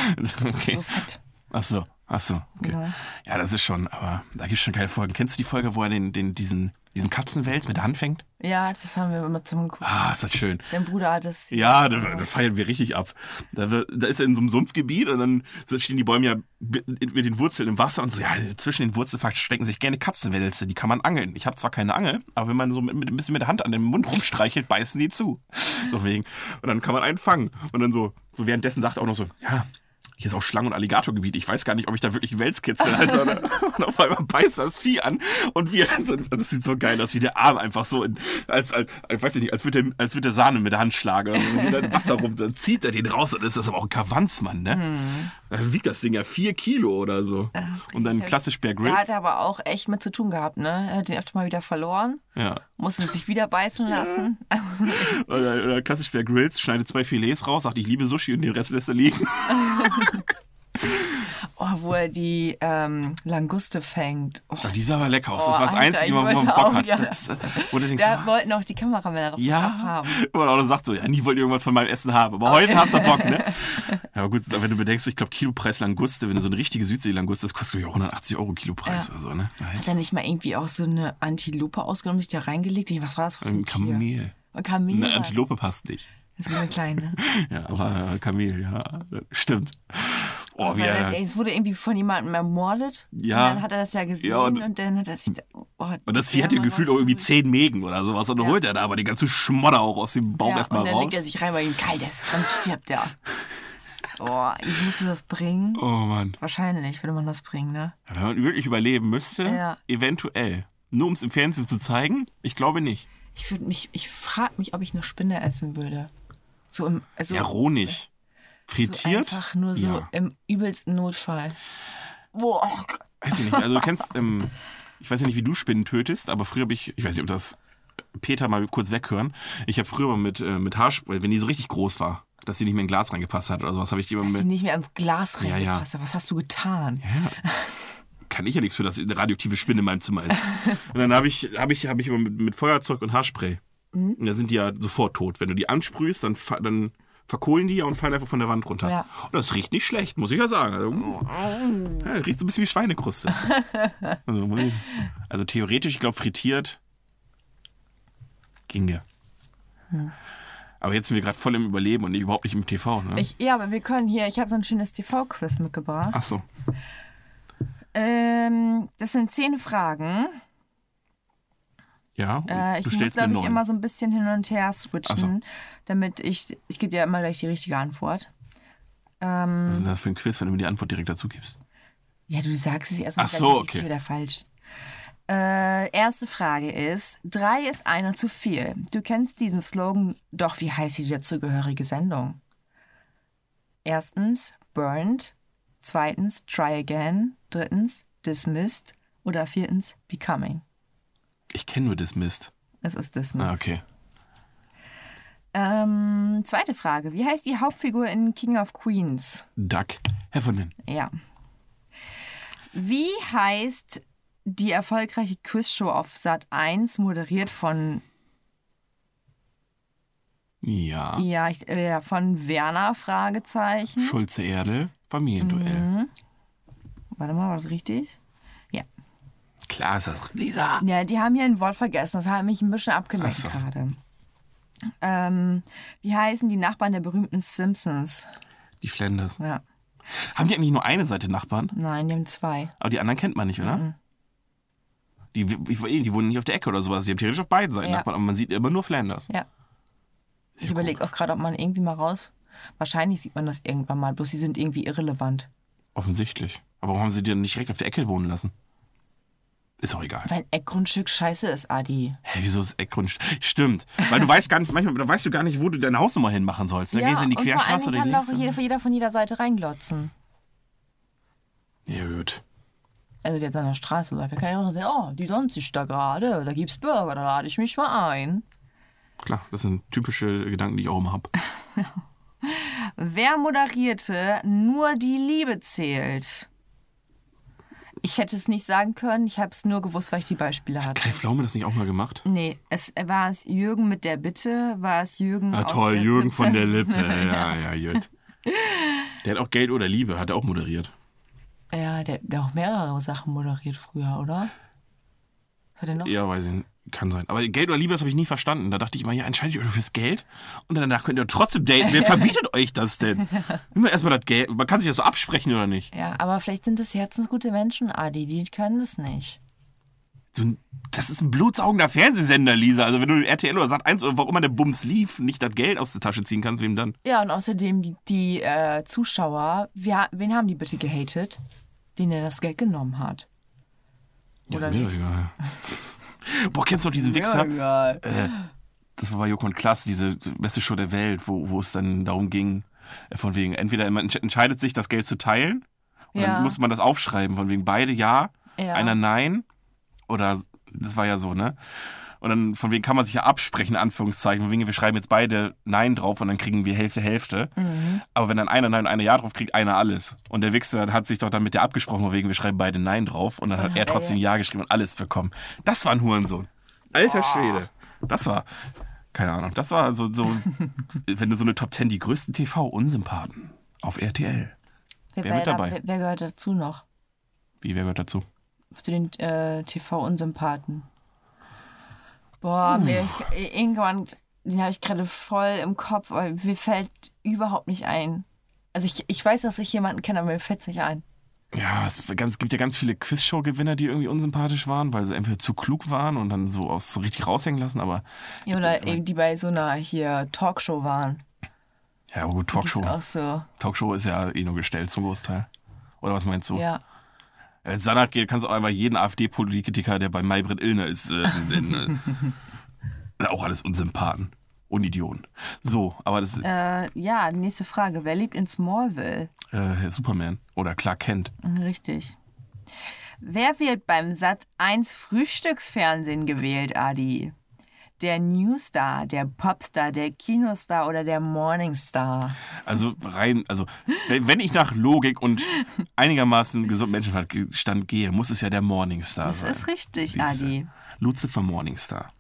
Speaker 2: okay.
Speaker 1: so fett.
Speaker 2: Ach so, ach so. Okay.
Speaker 1: Ja.
Speaker 2: Ja. das ist schon, aber da gibt es schon geile Folgen. Kennst du die Folge, wo er den, den, diesen, diesen Katzenwels mit der Hand fängt?
Speaker 1: Ja, das haben wir immer zusammen geguckt.
Speaker 2: Ah, ist das schön.
Speaker 1: Dein Bruder hat es.
Speaker 2: Ja, da, da feiern wir richtig ab. Da, wir- da ist er in so einem Sumpfgebiet und dann so stehen die Bäume ja mit mit den Wurzeln im Wasser und so, ja, zwischen den Wurzeln verstecken sich gerne Katzenwälze, die kann man angeln. Ich habe zwar keine Angel, aber wenn man so mit, mit, ein bisschen mit der Hand an den Mund rumstreichelt, beißen die zu. So wegen. Und dann kann man einen fangen. Und dann so, so währenddessen sagt er auch noch so, ja. Hier ist auch Schlangen- und Alligatorgebiet. Ich weiß gar nicht, ob ich da wirklich einen Wels kitzel. Also, ne? und auf einmal beißt das Vieh an. Und wir, dann so, das sieht so geil aus, wie der Arm einfach so, in, als, als, als, weiß ich nicht, als würde der, als würd der Sahne mit der Hand schlagen. Und dann wieder im Wasser rum, dann zieht er den raus. Dann ist das aber auch ein Kavanzmann, ne?
Speaker 1: Hm.
Speaker 2: Dann wiegt das Ding ja vier Kilo oder so. Und dann klassisch Bear
Speaker 1: Der
Speaker 2: Grylls.
Speaker 1: hat aber auch echt mit zu tun gehabt, ne? Er hat den öfter mal wieder verloren,
Speaker 2: Ja.
Speaker 1: musste sich wieder beißen lassen.
Speaker 2: Oder, oder klassisch Bear Grylls, schneidet zwei Filets raus, sagt, ich liebe Sushi und den Rest lässt er liegen.
Speaker 1: Oh, wo er die ähm, Languste fängt. Oh,
Speaker 2: Ja, die sah aber lecker aus.
Speaker 1: Oh,
Speaker 2: Das war das
Speaker 1: Alter, ich
Speaker 2: Einzige, wo man
Speaker 1: wollte auch
Speaker 2: Bock hat.
Speaker 1: gerne.
Speaker 2: Das, äh, wo du denkst,
Speaker 1: da
Speaker 2: ah,
Speaker 1: wollten auch die Kameramänner noch was
Speaker 2: Ja.
Speaker 1: abhaben.
Speaker 2: Oder auch sagt so, ja, nie wollt ihr irgendwas von meinem Essen haben. Aber heute habt ihr Bock, ne? Ja, aber gut, wenn du bedenkst, ich glaube, Kilopreis Languste, wenn du so eine richtige Südsee-Languste, das kostet, glaube ich, auch 180 Euro Kilopreis
Speaker 1: Ja.
Speaker 2: oder so, ne? Da
Speaker 1: Hat
Speaker 2: ist
Speaker 1: er nicht mal irgendwie auch so eine Antilope ausgenommen, sich da reingelegt? Ich- Was war das für ein,
Speaker 2: ein
Speaker 1: Tier?
Speaker 2: Kamel.
Speaker 1: Ein Kamel.
Speaker 2: Eine Antilope passt nicht.
Speaker 1: Das ist eine kleine.
Speaker 2: Ja, aber äh, Kamel, ja, stimmt. Oh, wie
Speaker 1: Weil das,
Speaker 2: er,
Speaker 1: es wurde irgendwie von jemandem ermordet.
Speaker 2: Ja.
Speaker 1: Und dann hat er das ja gesehen
Speaker 2: Ja,
Speaker 1: und,
Speaker 2: und-
Speaker 1: dann hat er sich. da- Oh,
Speaker 2: und das Vieh hat ja gefühlt auch irgendwie 10 Mägen oder sowas. Und dann holt er da aber den ganzen Schmodder auch aus dem Baum
Speaker 1: ja,
Speaker 2: erstmal
Speaker 1: Und dann
Speaker 2: raus.
Speaker 1: legt er sich rein, weil ihm kalt ist. Sonst stirbt er. Oh, ich musste das bringen.
Speaker 2: Oh Mann.
Speaker 1: Wahrscheinlich würde man das bringen, ne?
Speaker 2: Wenn man wirklich überleben müsste,
Speaker 1: Ja.
Speaker 2: eventuell. Nur um es im Fernsehen zu zeigen? Ich glaube nicht.
Speaker 1: Ich würde mich, ich frage mich, ob ich eine Spinne essen würde. So im, also
Speaker 2: Ja, roh nicht.
Speaker 1: so
Speaker 2: Frittiert?
Speaker 1: einfach nur so
Speaker 2: Ja.
Speaker 1: im übelsten Notfall. oh
Speaker 2: Boah. Weiß ich nicht. Also du kennst, ähm, ich weiß ja nicht, wie du Spinnen tötest, aber früher habe ich, ich weiß nicht, ob das Peter mal kurz weghören. Ich habe früher mal mit, äh, mit Haarspray, wenn die so richtig groß war, dass sie nicht mehr in ein Glas reingepasst hat oder sowas, habe ich die immer
Speaker 1: Dass du
Speaker 2: mit.
Speaker 1: nicht mehr ans Glas
Speaker 2: Ja, ja.
Speaker 1: reingepasst hast. Was hast du getan?
Speaker 2: Kann ich ja nichts für, dass eine radioaktive Spinne in meinem Zimmer ist. Und dann habe ich, hab ich, hab ich immer mit, mit Feuerzeug und Haarspray.
Speaker 1: Mhm.
Speaker 2: Und da sind die ja sofort tot. Wenn du die ansprühst, dann, fa- dann verkohlen die ja und fallen einfach von der Wand runter.
Speaker 1: Ja.
Speaker 2: Und das riecht nicht schlecht, muss ich ja sagen. Also, mm, ja, riecht so ein bisschen wie Schweinekruste. also, muss ich- also theoretisch, ich glaube, frittiert ginge. Aber jetzt sind wir gerade voll im Überleben und überhaupt nicht im TV. Ne?
Speaker 1: Ich, ja, aber wir können hier, ich habe so ein schönes TV-Quiz mitgebracht.
Speaker 2: Ach so.
Speaker 1: Ähm, das sind zehn Fragen.
Speaker 2: Ja, und
Speaker 1: Äh,
Speaker 2: Oh, du
Speaker 1: ich muss,
Speaker 2: stellst mir
Speaker 1: glaube ich,
Speaker 2: neun.
Speaker 1: immer so ein bisschen hin und her switchen,
Speaker 2: Ach so.
Speaker 1: damit ich, ich gebe ja immer gleich die richtige Antwort. Ähm,
Speaker 2: Was ist denn das für ein Quiz, wenn du mir die Antwort direkt dazu gibst?
Speaker 1: ja, du sagst es erstmal
Speaker 2: Ach so, okay.
Speaker 1: oder falsch. Äh, erste Frage ist, drei ist eine zu viel. Du kennst diesen Slogan, doch wie heißt die dazugehörige Sendung? Erstens, burned. Zweitens, try again. Drittens, dismissed. Oder viertens, becoming.
Speaker 2: Ich kenne nur Dismissed.
Speaker 1: Es ist dismissed.
Speaker 2: Ah, okay.
Speaker 1: Ähm, zweite Frage. Wie heißt die Hauptfigur in King of Queens?
Speaker 2: Duck Heffernan.
Speaker 1: Ja. Wie heißt die erfolgreiche Quizshow auf Sat 1, moderiert von,
Speaker 2: Ja.
Speaker 1: ja, ich, äh, von Werner? Fragezeichen.
Speaker 2: Schulze Erdel, Familienduell.
Speaker 1: Mhm. Warte mal, war das richtig? Ja.
Speaker 2: Klar ist das. Lisa.
Speaker 1: Ja, die haben hier ein Wort vergessen. Das hat mich ein bisschen abgelenkt
Speaker 2: Ah. Ach so.
Speaker 1: gerade. Ähm, wie heißen die Nachbarn der berühmten Simpsons?
Speaker 2: Die Flanders.
Speaker 1: Ja.
Speaker 2: Haben die eigentlich nur eine Seite Nachbarn?
Speaker 1: Nein, die haben zwei.
Speaker 2: Aber die anderen kennt man nicht,
Speaker 1: Mhm.
Speaker 2: oder? Die, ich, die wohnen nicht auf der Ecke oder sowas. Die haben theoretisch auf beiden Seiten
Speaker 1: Ja.
Speaker 2: Nachbarn, aber man sieht immer nur Flanders.
Speaker 1: Ja.
Speaker 2: Ist
Speaker 1: Ich
Speaker 2: ja
Speaker 1: überlege auch gerade, ob man irgendwie mal raus. Wahrscheinlich sieht man das irgendwann mal, bloß sie sind irgendwie irrelevant.
Speaker 2: komisch. Offensichtlich. Aber warum haben sie die dann nicht direkt auf der Ecke wohnen lassen? Ist auch egal.
Speaker 1: Weil ein Eckgrundstück scheiße ist, Adi.
Speaker 2: Hä, wieso ist Eckgrund? Stimmt. Weil du weißt gar nicht, manchmal da weißt du gar nicht, wo du deine Hausnummer hinmachen sollst. Dann gehst du in die
Speaker 1: und vor allen
Speaker 2: Querstraße
Speaker 1: Dingen
Speaker 2: oder
Speaker 1: kann
Speaker 2: die
Speaker 1: doch
Speaker 2: links.
Speaker 1: jeder, jeder von jeder Seite reinglotzen.
Speaker 2: Ja, gut.
Speaker 1: Also der jetzt an der Straße läuft, der kann ja immer sagen, oh, die sonst ist da gerade, da gibt's Burger, da lade ich mich mal ein.
Speaker 2: Klar, das sind typische Gedanken, die ich auch immer habe.
Speaker 1: Wer moderierte, nur die Liebe zählt? Ich hätte es nicht sagen können, ich habe es nur gewusst, weil ich die Beispiele hatte.
Speaker 2: Kai Pflaume das nicht auch mal gemacht?
Speaker 1: Nee, es war es Jürgen mit der Bitte, war es Jürgen.
Speaker 2: Ah,
Speaker 1: aus
Speaker 2: toll,
Speaker 1: der
Speaker 2: Jürgen
Speaker 1: Sippe?
Speaker 2: von der Lippe. Ja, ja, gut. Der hat auch Geld oder Liebe, hat er auch moderiert.
Speaker 1: Ja, der, der hat auch mehrere Sachen moderiert früher, oder? Was hat er noch?
Speaker 2: Ja, weiß ich nicht. Kann sein. Aber Geld oder Liebe, das habe ich nie verstanden. Da dachte ich immer, ja, entscheidet ihr euch fürs Geld und danach könnt ihr trotzdem daten. Wer verbietet euch das denn? Immer erstmal das Geld. Man kann sich das so absprechen oder nicht?
Speaker 1: Ja, aber vielleicht sind es herzensgute Menschen, Adi, die können es nicht.
Speaker 2: So ein, das ist ein blutsaugender Fernsehsender, Lisa. Also wenn du RTL oder Sat1 oder warum immer der Bums lief, nicht das Geld aus der Tasche ziehen kannst, wem dann?
Speaker 1: Ja, und außerdem die, die äh, Zuschauer, wer, wen haben die bitte gehatet? Den, der das Geld genommen hat.
Speaker 2: Ja,
Speaker 1: Oder
Speaker 2: ist mir doch egal. Boah, kennst du noch diesen Wichser?
Speaker 1: egal.
Speaker 2: Äh, das war bei Joko und Klaas, diese beste Show der Welt, wo, wo es dann darum ging, äh, von wegen, entweder man entsch- entscheidet sich, das Geld zu teilen, und
Speaker 1: Ja.
Speaker 2: dann muss man das aufschreiben, von wegen beide ja,
Speaker 1: Ja.
Speaker 2: einer nein, oder das war ja so, ne? Und dann von wegen kann man sich ja absprechen, in Anführungszeichen, von wegen, wir schreiben jetzt beide Nein drauf und dann kriegen wir Hälfte, Hälfte. Aber wenn dann einer Nein und einer Ja drauf kriegt, einer alles. Und der Wichser hat sich doch dann mit der abgesprochen, von wegen, wir schreiben beide Nein drauf und dann hat er trotzdem Ja geschrieben und alles bekommen. Das war ein Hurensohn. Alter Schwede. Das war, keine Ahnung, das war so, so wenn du so eine Top 10 die größten TV-Unsympathen auf RTL.
Speaker 1: Wer,
Speaker 2: Wer mit
Speaker 1: da-
Speaker 2: dabei?
Speaker 1: Wer, wer gehört dazu noch?
Speaker 2: Wie, wer gehört dazu?
Speaker 1: Zu den äh, TV-Unsympathen. Boah, mir, ich, irgendwann, den habe ich gerade voll im Kopf, aber mir fällt überhaupt nicht ein. Also ich, ich weiß, dass ich jemanden kenne, aber mir fällt es nicht ein.
Speaker 2: Ja, es ganz, gibt ja ganz viele Quizshow-Gewinner, die irgendwie unsympathisch waren, weil sie entweder zu klug waren und dann so aus so richtig raushängen lassen, aber
Speaker 1: Ja, Oder eben die bei so einer hier Talkshow waren.
Speaker 2: ja, aber gut,
Speaker 1: Die ist
Speaker 2: Talkshow.
Speaker 1: auch so,
Speaker 2: Talkshow ist ja eh nur gestellt zum Großteil. Oder was meinst du?
Speaker 1: ja.
Speaker 2: Als Sanat geht, kannst du auch einfach jeden AfD-Politiker, der bei Maybrit Illner ist, äh, in, äh, auch alles Unsympathen und Idioten. So, aber das ist
Speaker 1: Äh, ja, nächste Frage. Wer lebt in Smallville? Mhm,
Speaker 2: äh, Superman oder Clark Kent.
Speaker 1: Richtig. Wer wird beim Sat 1 Frühstücksfernsehen gewählt, Adi? Der Newstar, der Popstar, der Kinostar oder der Morningstar?
Speaker 2: Also rein, also wenn, wenn ich nach Logik und einigermaßen gesund Menschenverstand gehe, muss es ja der Morningstar
Speaker 1: Das
Speaker 2: sein.
Speaker 1: ist richtig,
Speaker 2: Siehste.
Speaker 1: Adi.
Speaker 2: Lucifer Morningstar.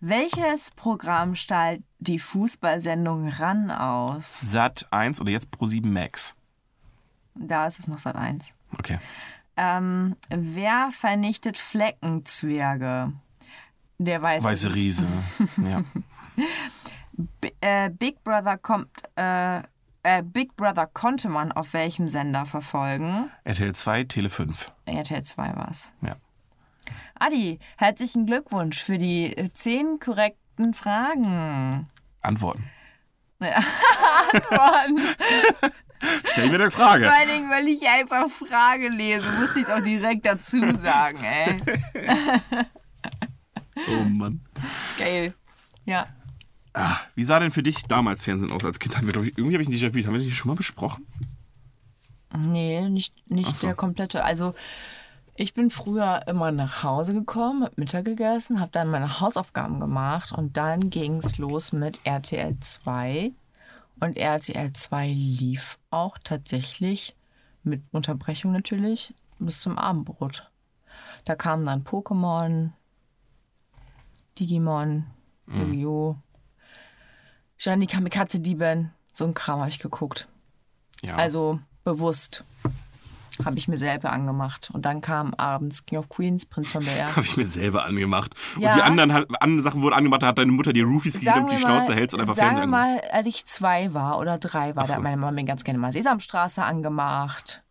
Speaker 1: Welches Programm strahlt die Fußballsendung RAN aus?
Speaker 2: Sat 1 oder jetzt Pro 7 Max.
Speaker 1: Da ist es noch Sat 1.
Speaker 2: Okay.
Speaker 1: Ähm, wer vernichtet Fleckenzwerge? Der weiße
Speaker 2: Weiße Riese. Ja.
Speaker 1: B äh, Big Brother kommt, äh, äh, Big Brother konnte man auf welchem Sender verfolgen?
Speaker 2: RTL 2, Tele 5.
Speaker 1: RTL 2 war es.
Speaker 2: Ja.
Speaker 1: Adi, herzlichen Glückwunsch für die äh, zehn korrekten Fragen.
Speaker 2: Antworten.
Speaker 1: Mann,
Speaker 2: Stell mir eine Frage.
Speaker 1: vor allen Dingen, weil ich einfach Frage lese, musste ich es auch direkt dazu sagen, ey.
Speaker 2: Oh Mann. Ah,
Speaker 1: Geil. Ja.
Speaker 2: Wie sah denn für dich damals Fernsehen aus als Kind? Haben wir, glaub ich, irgendwie habe ich ein Déjà-vu. Haben wir das nicht schon mal besprochen?
Speaker 1: Nee, nicht, nicht
Speaker 2: so.
Speaker 1: der komplette. Also ich bin früher immer nach Hause gekommen, hab Mittag gegessen, hab dann meine Hausaufgaben gemacht und dann ging's los mit RTL 2. Und RTL 2 lief auch tatsächlich, mit Unterbrechung natürlich, bis zum Abendbrot. Da kamen dann Pokémon, Digimon, Yu-Gi-Oh! Jan die Kamikaze-Dieben, so ein Kram habe ich geguckt.
Speaker 2: Ja.
Speaker 1: Also bewusst. Habe ich mir selber angemacht. Und dann kam abends King of Queens, Prinz von Bel Air.
Speaker 2: Habe ich mir selber angemacht.
Speaker 1: Ja.
Speaker 2: Und die anderen, hat- anderen Sachen wurden angemacht, da hat deine Mutter dir Roofies gegeben, damit du die
Speaker 1: wir
Speaker 2: Schnauze hältst und einfach
Speaker 1: sagen wir
Speaker 2: Fernsehen
Speaker 1: mal, als ich zwei war oder drei war, da
Speaker 2: so.
Speaker 1: hat meine Mama mir ganz gerne mal Sesamstraße angemacht.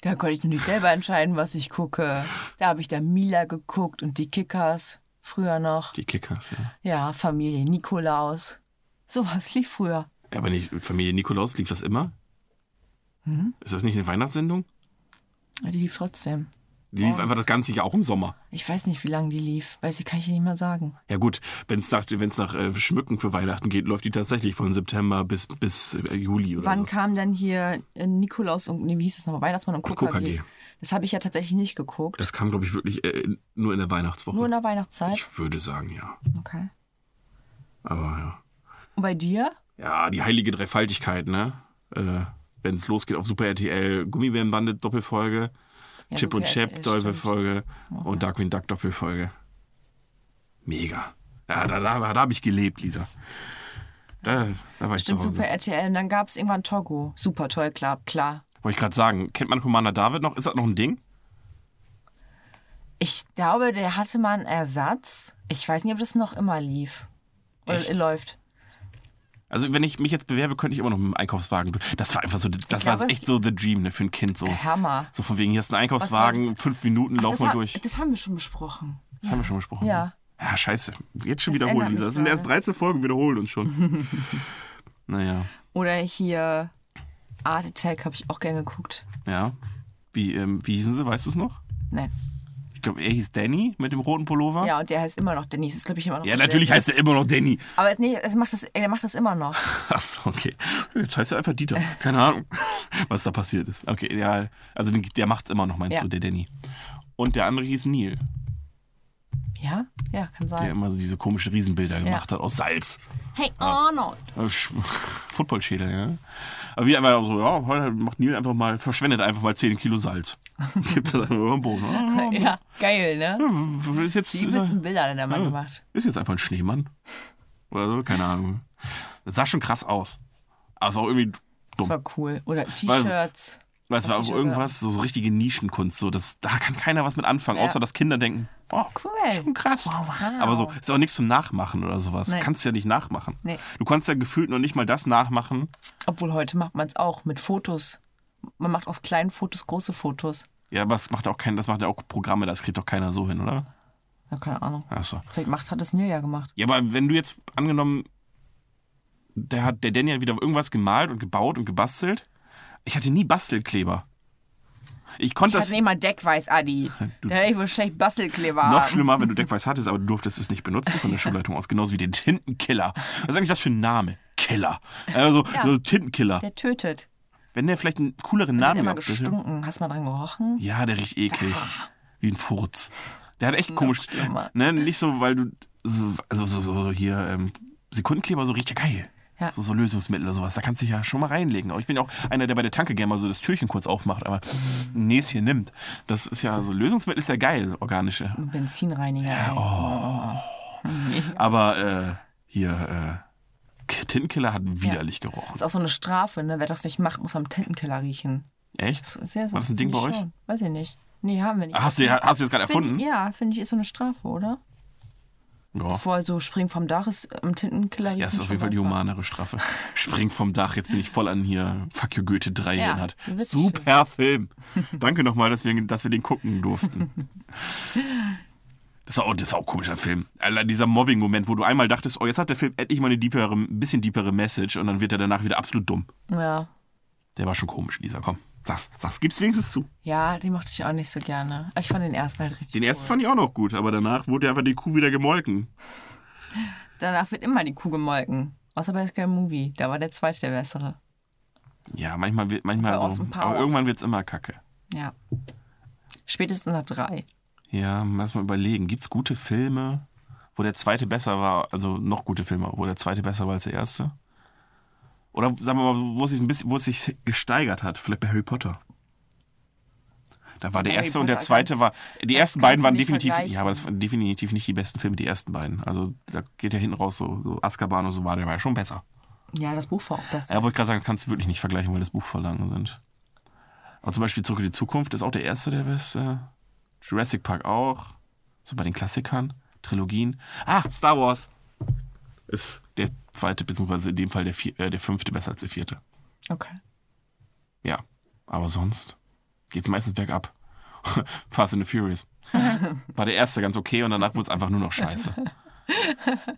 Speaker 1: Da konnte ich noch nicht selber entscheiden, was ich gucke. Da habe ich da Mila geguckt und die Kickers früher noch.
Speaker 2: Die Kickers, ja.
Speaker 1: Ja, Familie Nikolaus. Sowas lief früher.
Speaker 2: Ja, Aber nicht, Familie Nikolaus lief das immer?
Speaker 1: Hm?
Speaker 2: Ist das nicht eine Weihnachtssendung?
Speaker 1: Die lief trotzdem.
Speaker 2: Die lief einfach das ganze Jahr auch im Sommer.
Speaker 1: Ich weiß nicht, wie lange die lief. Weiß ich, kann ich dir nicht mal sagen.
Speaker 2: Ja gut, wenn es nach, wenn's nach äh, Schmücken für Weihnachten geht, läuft die tatsächlich von September bis, bis äh, Juli oder
Speaker 1: Wann
Speaker 2: so.
Speaker 1: kam denn hier äh, Nikolaus und, nee, wie hieß das nochmal, Weihnachtsmann und KKG?
Speaker 2: KKG.
Speaker 1: Das habe ich ja tatsächlich nicht geguckt.
Speaker 2: Das kam, glaube ich, wirklich äh, nur in der Weihnachtswoche.
Speaker 1: Nur in der Weihnachtszeit.
Speaker 2: ich würde sagen, ja.
Speaker 1: Okay.
Speaker 2: Aber ja.
Speaker 1: Und bei dir?
Speaker 2: Ja, die heilige Dreifaltigkeit, ne? Äh, wenn es losgeht auf Super RTL, Gummibärenbande Doppelfolge,
Speaker 1: Ja,
Speaker 2: Chip
Speaker 1: du
Speaker 2: und
Speaker 1: wärst-
Speaker 2: Chap
Speaker 1: äh,
Speaker 2: Doppelfolge
Speaker 1: Oh,
Speaker 2: und Darkwing Duck Doppelfolge. Mega. Ja, da, da, da habe ich gelebt, Lisa. Da, da war ich
Speaker 1: Stimmt,
Speaker 2: zu Hause.
Speaker 1: Super RTL. Und dann gab es irgendwann Togo. Super toll, klar, klar.
Speaker 2: Wollte ich gerade sagen, kennt man Commander David noch? Ist das noch ein Ding?
Speaker 1: Ich glaube, der hatte mal einen Ersatz. Ich weiß nicht, ob das noch immer lief. Oder
Speaker 2: Echt?
Speaker 1: läuft.
Speaker 2: Also wenn ich mich jetzt bewerbe, könnte ich immer noch mit dem Einkaufswagen. durch- Das war einfach so, das war
Speaker 1: glaube,
Speaker 2: echt so the dream ne, für ein Kind so.
Speaker 1: Hammer.
Speaker 2: So von wegen, hier ist ein Einkaufswagen, fünf Minuten, lauf
Speaker 1: das,
Speaker 2: mal
Speaker 1: ha-
Speaker 2: durch.
Speaker 1: das haben wir schon besprochen.
Speaker 2: Das haben wir schon besprochen.
Speaker 1: Ja.
Speaker 2: Ja, scheiße. Jetzt schon
Speaker 1: Das
Speaker 2: wiederholen,
Speaker 1: ändert
Speaker 2: Lisa.
Speaker 1: mich
Speaker 2: Das sind erst 13 Folgen, wiederholen uns schon. naja.
Speaker 1: Oder hier Art Attack habe ich auch gerne geguckt.
Speaker 2: Ja. Wie, ähm, wie hießen sie, weißt du es noch?
Speaker 1: Nein.
Speaker 2: Ich glaube, er hieß Danny mit dem roten Pullover.
Speaker 1: Ja, und der heißt immer noch Dennis. Das glaube ich immer noch.
Speaker 2: Ja, natürlich heißt er immer noch Danny.
Speaker 1: Aber es- nee, es macht das, er macht das immer noch.
Speaker 2: Achso, okay. Jetzt heißt er einfach Dieter. Keine Ahnung, was da passiert ist. Okay, ja, also den- der macht's immer noch, meinst
Speaker 1: Ja.
Speaker 2: du, der Danny. Und der andere hieß Neil,
Speaker 1: Ja? Ja, kann
Speaker 2: der
Speaker 1: sein.
Speaker 2: immer so diese komischen Riesenbilder gemacht hat aus Salz.
Speaker 1: Hey, Arnold.
Speaker 2: Äh, Sch- Footballschädel, ja. Aber wie einfach so, ja, heute macht Neil einfach mal, verschwendet einfach mal 10 Kilo Salz. Gibt das einfach über den Boden. Ah,
Speaker 1: Ja, geil, ne?
Speaker 2: ja, Ist jetzt,
Speaker 1: Die
Speaker 2: ist, er-
Speaker 1: übelsten Bilder hat er mal gemacht.
Speaker 2: ist jetzt einfach ein Schneemann. Oder so, keine Ahnung. Das sah schon krass aus. Aber es war auch irgendwie
Speaker 1: Das
Speaker 2: dumm.
Speaker 1: war cool. Oder T-Shirts.
Speaker 2: Weil es war
Speaker 1: Auf
Speaker 2: auch
Speaker 1: die
Speaker 2: irgendwas, so, so richtige Nischenkunst. So, das, da kann keiner was mit anfangen,
Speaker 1: Ja.
Speaker 2: außer dass Kinder denken, boah,
Speaker 1: Cool.
Speaker 2: schon krass.
Speaker 1: wow.
Speaker 2: Aber so, ist auch nichts zum Nachmachen oder sowas.
Speaker 1: Nee.
Speaker 2: Kannst ja nicht nachmachen.
Speaker 1: Nee.
Speaker 2: Du kannst ja gefühlt noch nicht mal das nachmachen.
Speaker 1: Obwohl heute macht man es auch mit Fotos. Man macht aus kleinen Fotos große Fotos.
Speaker 2: Ja, aber das macht auch kein, das macht ja auch Programme, das kriegt doch keiner so hin, oder?
Speaker 1: Ja, keine Ahnung.
Speaker 2: Achso.
Speaker 1: Vielleicht macht, hat es Neil ja gemacht.
Speaker 2: Ja, aber wenn du jetzt angenommen, der hat der Daniel wieder irgendwas gemalt und gebaut und gebastelt. Ich hatte nie Bastelkleber. Ich konnte
Speaker 1: Ich
Speaker 2: das.
Speaker 1: hatte immer Deckweiß, Adi.
Speaker 2: Du-
Speaker 1: Da hätte ich wohl schlecht Bastelkleber.
Speaker 2: Noch
Speaker 1: haben.
Speaker 2: schlimmer, wenn du Deckweiß hattest, aber du durftest es nicht benutzen von der Schulleitung aus. Genauso wie den Tintenkiller. Was ist eigentlich das für ein Name? Killer. Also, so Tintenkiller.
Speaker 1: Der tötet.
Speaker 2: Wenn der vielleicht einen cooleren
Speaker 1: Hat
Speaker 2: Namen
Speaker 1: immer
Speaker 2: gehabt hätte.
Speaker 1: gestunken. Hast du mal dran gerochen?
Speaker 2: Ja, der riecht eklig. Wie ein Furz. Der hat echt komisch.
Speaker 1: schlimmer.
Speaker 2: Ne, nicht so, weil du. So, also, so, so, so hier. Ähm, Sekundenkleber, so riecht ja geil.
Speaker 1: Ja.
Speaker 2: So, so Lösungsmittel oder sowas. Da kannst du dich ja schon mal reinlegen. Aber ich bin ja auch einer, der bei der Tanke gerne mal so das Türchen kurz aufmacht, aber ein
Speaker 1: Mhm.
Speaker 2: Näschen nimmt. Das ist ja so. Lösungsmittel ist ja geil, so organische.
Speaker 1: Ein Benzinreiniger. ey.
Speaker 2: oh. Aber äh, hier, äh, Tintenkiller hat widerlich gerochen.
Speaker 1: Ist auch so eine Strafe, ne? Wer das nicht macht, muss am Tintenkiller riechen.
Speaker 2: Echt?
Speaker 1: Ist ja so,
Speaker 2: War das ein Ding
Speaker 1: find
Speaker 2: bei
Speaker 1: ich
Speaker 2: euch?
Speaker 1: schon. Weiß ich nicht. Nee, haben wir nicht.
Speaker 2: Ah, Hast du, hast du das gerade
Speaker 1: Find
Speaker 2: erfunden?
Speaker 1: Ich, ja, finde ich, ist so eine Strafe, oder?
Speaker 2: Ja.
Speaker 1: Vor so Springen vom Dach ist am Tintenkiller riechen.
Speaker 2: Ja, es ist auf
Speaker 1: schon
Speaker 2: jeden Fall die
Speaker 1: besser.
Speaker 2: humanere Strafe. Spring vom Dach, jetzt bin ich voll an hier Fuck you Goethe 3
Speaker 1: Ja,
Speaker 2: erinnert.
Speaker 1: witzig.
Speaker 2: Super Film. Danke nochmal, dass wir, dass wir den gucken durften. Das war, auch, das war auch ein komischer Film. Allein dieser Mobbing-Moment, wo du einmal dachtest, oh, jetzt hat der Film endlich mal eine deepere, ein bisschen deepere Message und dann wird er danach wieder absolut dumm.
Speaker 1: Ja.
Speaker 2: Der war schon komisch, Lisa, komm. Sag's, sag's, gib's wenigstens zu.
Speaker 1: Ja, die mochte ich auch nicht so gerne. Ich fand den ersten halt richtig.
Speaker 2: Den ersten fand ich auch noch gut, aber danach wurde einfach die Kuh wieder gemolken.
Speaker 1: Danach wird immer die Kuh gemolken. Außer bei Sky Movie. Da war der zweite der bessere.
Speaker 2: Ja, manchmal wird
Speaker 1: Aber
Speaker 2: manchmal
Speaker 1: aus
Speaker 2: so.
Speaker 1: dem Paar
Speaker 2: Aber
Speaker 1: aus.
Speaker 2: irgendwann wird's immer kacke.
Speaker 1: Ja. Spätestens nach drei.
Speaker 2: Ja, lass mal überlegen. Gibt's gute Filme, wo der zweite besser war, also noch gute Filme, wo der zweite besser war als der erste? Oder sagen wir mal, wo es sich ein bisschen, wo es sich gesteigert hat, vielleicht bei Harry Potter. Da war der
Speaker 1: Harry
Speaker 2: erste und der
Speaker 1: Potter
Speaker 2: zweite
Speaker 1: kannst-
Speaker 2: war. Die ersten
Speaker 1: kannst
Speaker 2: beiden
Speaker 1: du
Speaker 2: waren
Speaker 1: nicht
Speaker 2: definitiv.
Speaker 1: vergleichen.
Speaker 2: Ja, aber das waren definitiv nicht die besten Filme, die ersten beiden. Also da geht ja hinten raus, so, so Azkaban und so war, der war ja schon besser.
Speaker 1: Ja, das Buch war auch besser.
Speaker 2: Ja, wollte ich gerade sagen, kannst du wirklich nicht vergleichen, weil das Buchvorlagen sind. Aber zum Beispiel Zurück in die Zukunft ist auch der erste, der beste. Jurassic Park auch. So bei den Klassikern, Trilogien. Ah, Star Wars ist der zweite, beziehungsweise in dem Fall der, vier, äh, der fünfte besser als der vierte.
Speaker 1: Okay.
Speaker 2: Ja, aber sonst geht's meistens bergab. Fast and the Furious. War der erste ganz okay und danach wurde es einfach nur noch scheiße.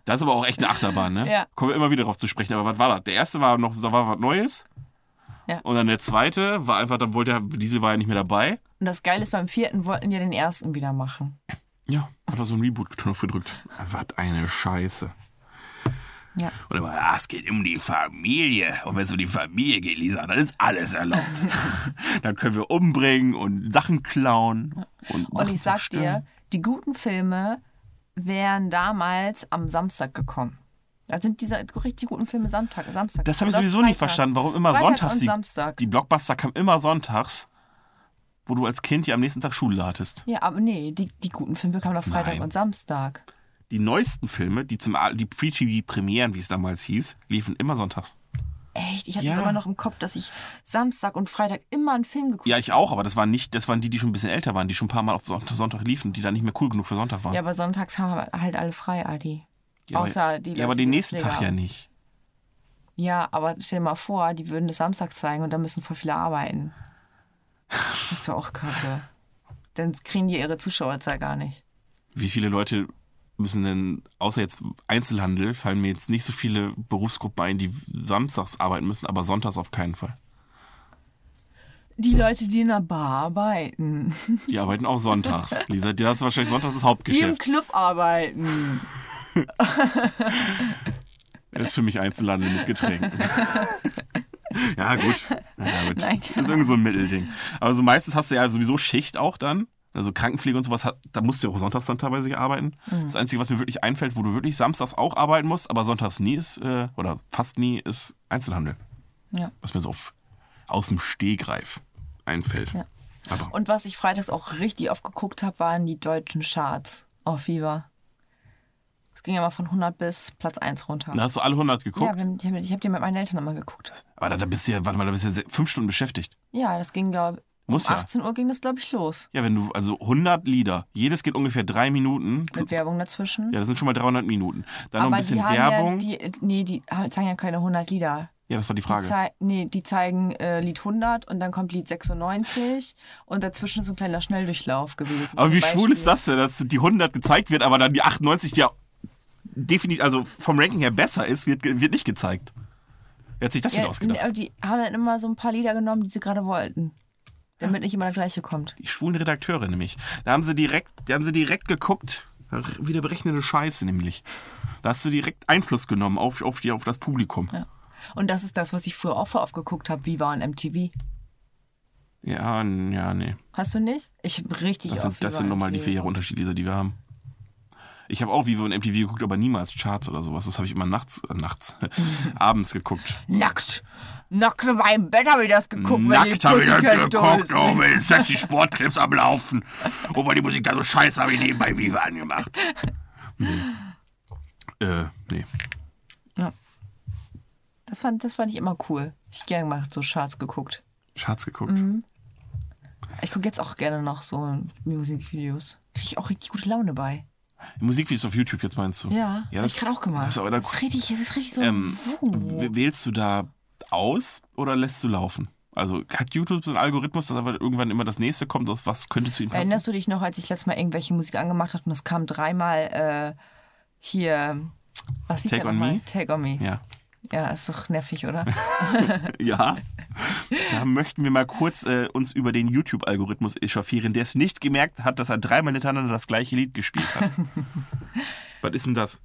Speaker 2: Das ist aber auch echt eine Achterbahn, ne?
Speaker 1: Ja.
Speaker 2: Kommen wir immer wieder drauf zu sprechen. Aber was war das? Der erste war noch war was Neues.
Speaker 1: Ja.
Speaker 2: Und dann der zweite war einfach, dann wollte er, diese war ja nicht mehr dabei.
Speaker 1: Und das Geile ist, beim vierten wollten ja den ersten wieder machen.
Speaker 2: Ja, einfach so ein Reboot-Knopf gedrückt. Was eine Scheiße.
Speaker 1: Ja.
Speaker 2: Und immer, ah, es geht um die Familie. Und wenn es um die Familie geht, Lisa, dann ist alles erlaubt. dann können wir umbringen und Sachen klauen. Und,
Speaker 1: Und
Speaker 2: Sachen
Speaker 1: ich sag
Speaker 2: zerstören.
Speaker 1: dir, die guten Filme wären damals am Samstag gekommen. Da sind diese richtig guten Filme Samstag. Samstag
Speaker 2: Das habe ich
Speaker 1: Oder
Speaker 2: sowieso nicht
Speaker 1: freitags.
Speaker 2: verstanden, warum immer
Speaker 1: Freitag
Speaker 2: sonntags
Speaker 1: und
Speaker 2: die,
Speaker 1: Samstag.
Speaker 2: die Blockbuster kamen immer sonntags, wo du als Kind ja am nächsten Tag Schule hattest.
Speaker 1: ja, aber nee, die, die guten Filme kamen auf Freitag
Speaker 2: Nein.
Speaker 1: und Samstag.
Speaker 2: Die neuesten Filme, die zum die Pre-TV-Premieren, wie es damals hieß, liefen immer sonntags.
Speaker 1: Echt? Ich hatte
Speaker 2: Ja.
Speaker 1: das immer noch im Kopf, dass ich Samstag und Freitag immer einen Film geguckt
Speaker 2: Ja, ich auch, aber das waren nicht, das waren die, die schon ein bisschen älter waren, die schon ein paar Mal auf Sonntag, Sonntag liefen, die dann nicht mehr cool genug für Sonntag waren.
Speaker 1: Ja, aber sonntags haben wir halt alle frei, Adi.
Speaker 2: Ja, aber-
Speaker 1: Außer die Leute,
Speaker 2: Ja, aber den
Speaker 1: die
Speaker 2: nächsten
Speaker 1: Pflege
Speaker 2: Tag ja
Speaker 1: haben.
Speaker 2: nicht.
Speaker 1: Ja, aber stell dir mal vor, die würden das Samstag zeigen und dann müssen voll viele arbeiten. Das ist doch auch kacke. Dann kriegen die ihre Zuschauerzahl gar nicht.
Speaker 2: Wie viele Leute müssen denn, außer jetzt Einzelhandel, fallen mir jetzt nicht so viele Berufsgruppen ein, die samstags arbeiten müssen, aber sonntags auf keinen Fall.
Speaker 1: Die Leute, die in der Bar arbeiten,
Speaker 2: Die arbeiten auch sonntags. Lisa, das ist wahrscheinlich sonntags das
Speaker 1: die im
Speaker 2: Hauptgeschäft.
Speaker 1: Club arbeiten.
Speaker 2: Das ist für mich Einzelhandel mit Getränken. ja, gut. Ja, gut.
Speaker 1: Nein,
Speaker 2: das ist irgendwie so ein Mittelding. Aber so meistens hast du ja sowieso Schicht auch dann. Also Krankenpflege und sowas, hat- da musst du ja auch sonntags dann teilweise arbeiten.
Speaker 1: Mhm.
Speaker 2: Das Einzige, was mir wirklich einfällt, wo du wirklich samstags auch arbeiten musst, aber sonntags nie ist, äh, oder fast nie, ist Einzelhandel.
Speaker 1: Ja.
Speaker 2: Was mir so auf, aus dem Stehgreif einfällt.
Speaker 1: Ja.
Speaker 2: Aber
Speaker 1: Und was ich freitags auch richtig oft geguckt habe, waren die deutschen Charts auf Viva. Es ging immer von 100 bis Platz 1 runter.
Speaker 2: da hast du alle 100
Speaker 1: ja,
Speaker 2: geguckt.
Speaker 1: wir haben- ich habe hab die mit meinen Eltern immer geguckt.
Speaker 2: aber da, da bist du ja, warte mal, da bist du ja se- fünf Stunden beschäftigt.
Speaker 1: Ja, das ging, glaube ich, um
Speaker 2: Muss ja.
Speaker 1: 18 Uhr ging das, glaube ich, los.
Speaker 2: Ja, wenn du, also 100 Lieder, jedes geht ungefähr drei Minuten.
Speaker 1: Mit Werbung dazwischen.
Speaker 2: Ja, das sind schon mal 300 Minuten. Dann noch
Speaker 1: Aber
Speaker 2: ein bisschen
Speaker 1: die haben
Speaker 2: Werbung.
Speaker 1: Ja, die, nee, die haben- zeigen ja keine 100 Lieder.
Speaker 2: ja, das war die
Speaker 1: Die,
Speaker 2: Frage.
Speaker 1: zei nee, die zeigen äh, Lied 100 und dann kommt Lied 96 und dazwischen ist so ein kleiner Schnelldurchlauf gewesen.
Speaker 2: Aber wie
Speaker 1: Zum
Speaker 2: schwul ist
Speaker 1: Beispiel.
Speaker 2: das denn, dass die 100 gezeigt wird, aber dann die 98, die ja definitiv, also vom Ranking her besser ist, wird, ge- wird nicht gezeigt. Wer hat sich das denn
Speaker 1: Ja, nee,
Speaker 2: ausgedacht?
Speaker 1: aber die haben dann immer so ein paar Lieder genommen, die sie gerade wollten.
Speaker 2: Ah.
Speaker 1: Damit nicht immer der gleiche kommt.
Speaker 2: Die schwulen Redakteure nämlich. Da haben sie direkt, da haben sie direkt geguckt. Ach, Wieder berechnete Scheiße nämlich. Da hast du direkt Einfluss genommen auf, auf, die, auf das Publikum.
Speaker 1: Ja. Und das ist das, was ich früher auch voll oft geguckt habe, Viva und MTV.
Speaker 2: Ja, n- ja, nee.
Speaker 1: Hast du nicht? Ich hab richtig
Speaker 2: Das
Speaker 1: oft
Speaker 2: sind, das
Speaker 1: Viva
Speaker 2: sind
Speaker 1: und
Speaker 2: nochmal die
Speaker 1: MTV
Speaker 2: vier Jahre Unterschied, Lisa, die wir haben. Ich habe auch Vivo und MTV geguckt, aber niemals Charts oder sowas. Das habe ich immer nachts, äh, nachts, abends geguckt.
Speaker 1: Nackt! Nackt in meinem Bett habe ich das geguckt. weil die Pussycat Dolls-
Speaker 2: mit sexy Sportclips am Laufen. Und weil die Musik da so scheiße habe ich nebenbei Viva angemacht. Nee. Äh, nee.
Speaker 1: Das fand, das fand ich immer cool. Ich gern mal so Charts geguckt.
Speaker 2: Charts geguckt.
Speaker 1: Mhm. Ich gucke jetzt auch gerne noch so Musikvideos. Kriege ich auch richtig gute Laune bei.
Speaker 2: Musikvideos auf YouTube jetzt meinst du?
Speaker 1: Ja,
Speaker 2: Ja,
Speaker 1: hab
Speaker 2: das-
Speaker 1: ich gerade auch gemacht.
Speaker 2: das ist aber dann-
Speaker 1: ist richtig, das ist richtig so.
Speaker 2: Ähm,
Speaker 1: wuh.
Speaker 2: w- wählst du da aus oder lässt du laufen? Also hat YouTube so einen Algorithmus, dass einfach irgendwann immer das nächste kommt, das, was könnte zu ihnen passen?
Speaker 1: Erinnerst du dich noch, als ich letztes Mal irgendwelche Musik angemacht habe und es kam dreimal äh, hier. Was liegt
Speaker 2: Take
Speaker 1: da
Speaker 2: on
Speaker 1: nochmal?
Speaker 2: Me?
Speaker 1: Take on me. Ja.
Speaker 2: Ja.
Speaker 1: ist doch nervig, oder?
Speaker 2: Ja. Da möchten wir mal kurz äh, uns über den YouTube-Algorithmus echauffieren, der es nicht gemerkt hat, dass er dreimal hintereinander das gleiche Lied gespielt hat. Was ist denn das?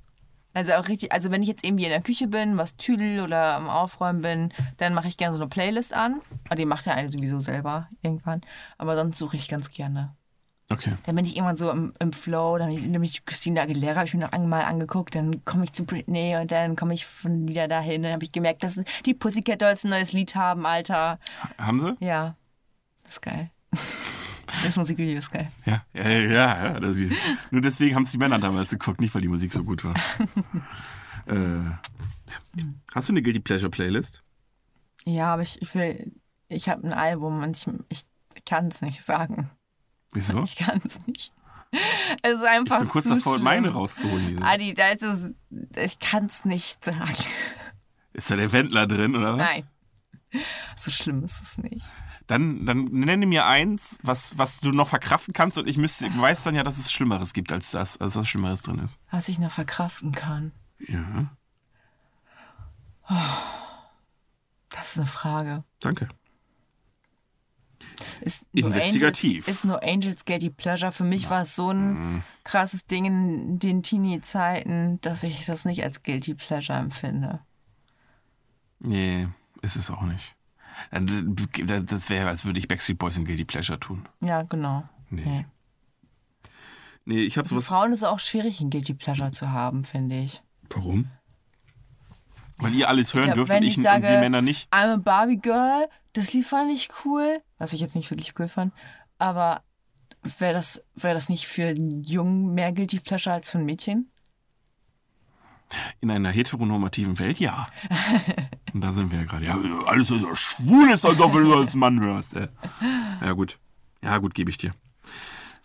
Speaker 1: Also auch richtig, also wenn ich jetzt irgendwie in der Küche bin, was tüdel oder am Aufräumen bin, dann mache ich gerne so eine Playlist an. Aber die macht ja eine sowieso selber irgendwann. Aber sonst suche ich ganz gerne.
Speaker 2: Okay.
Speaker 1: Dann bin ich irgendwann so im, im Flow, dann nehme ich Christina Aguilera, habe ich mir noch einmal angeguckt, dann komme ich zu Britney und dann komme ich von wieder dahin. Dann habe ich gemerkt, dass die Pussycat Dolls ein neues Lied haben, Alter.
Speaker 2: Haben sie?
Speaker 1: Ja, das ist geil. Das Musikvideo ist geil.
Speaker 2: Ja. Ja, ja, ja. Das ist, nur deswegen haben es die Männer damals geguckt, nicht weil die Musik so gut war. äh, hast du eine Guilty Pleasure Playlist?
Speaker 1: Ja, aber ich, ich will, ich habe ein Album und ich, ich Ich kann es nicht sagen.
Speaker 2: Wieso?
Speaker 1: Ich kann es nicht. Es ist einfach.
Speaker 2: bin kurz
Speaker 1: zu
Speaker 2: davor,
Speaker 1: schlimm.
Speaker 2: meine rauszuholen. Diese.
Speaker 1: Adi, da ist es. Ich kann es nicht sagen.
Speaker 2: Ist da der Wendler drin, oder was?
Speaker 1: Nein. So schlimm ist es nicht.
Speaker 2: Dann, dann nenne mir eins, was, was du noch verkraften kannst und ich müsste, weiß dann ja, dass es Schlimmeres gibt als das, also dass Schlimmeres drin ist.
Speaker 1: Was ich noch verkraften kann.
Speaker 2: Ja,
Speaker 1: Das ist eine Frage.
Speaker 2: danke.
Speaker 1: Ist nur
Speaker 2: Investigativ. Mhm.
Speaker 1: Angels, ist nur Angels Getty Pleasure. Für mich war es so ein krasses Ding in den Teenie-Zeiten, dass ich das nicht als Guilty Pleasure empfinde.
Speaker 2: Nee, ist es auch nicht. Dann- Das wäre, als würde ich Backstreet Boys und Guilty Pleasure tun.
Speaker 1: Ja, genau.
Speaker 2: Nee.
Speaker 1: Nee.
Speaker 2: Nee, ich habe
Speaker 1: Für Frauen ist es auch schwierig, ein Guilty Pleasure zu haben, finde ich.
Speaker 2: Warum? Weil ihr alles hören
Speaker 1: glaub,
Speaker 2: dürft
Speaker 1: wenn
Speaker 2: und,
Speaker 1: ich
Speaker 2: ich,
Speaker 1: sage-
Speaker 2: und wir Männer nicht.
Speaker 1: I'm a Barbie Girl, das Lied fand ich cool, was ich jetzt nicht wirklich cool fand, aber wäre das, wär das nicht für einen Jungen mehr Guilty Pleasure als für ein Mädchen?
Speaker 2: In einer heteronormativen Welt, ja. Und da sind wir ja gerade. Ja, alles ist ja schwul, ist, als ob du das als Mann hörst. Ey. Ja, gut. Ja, gut, gebe ich dir.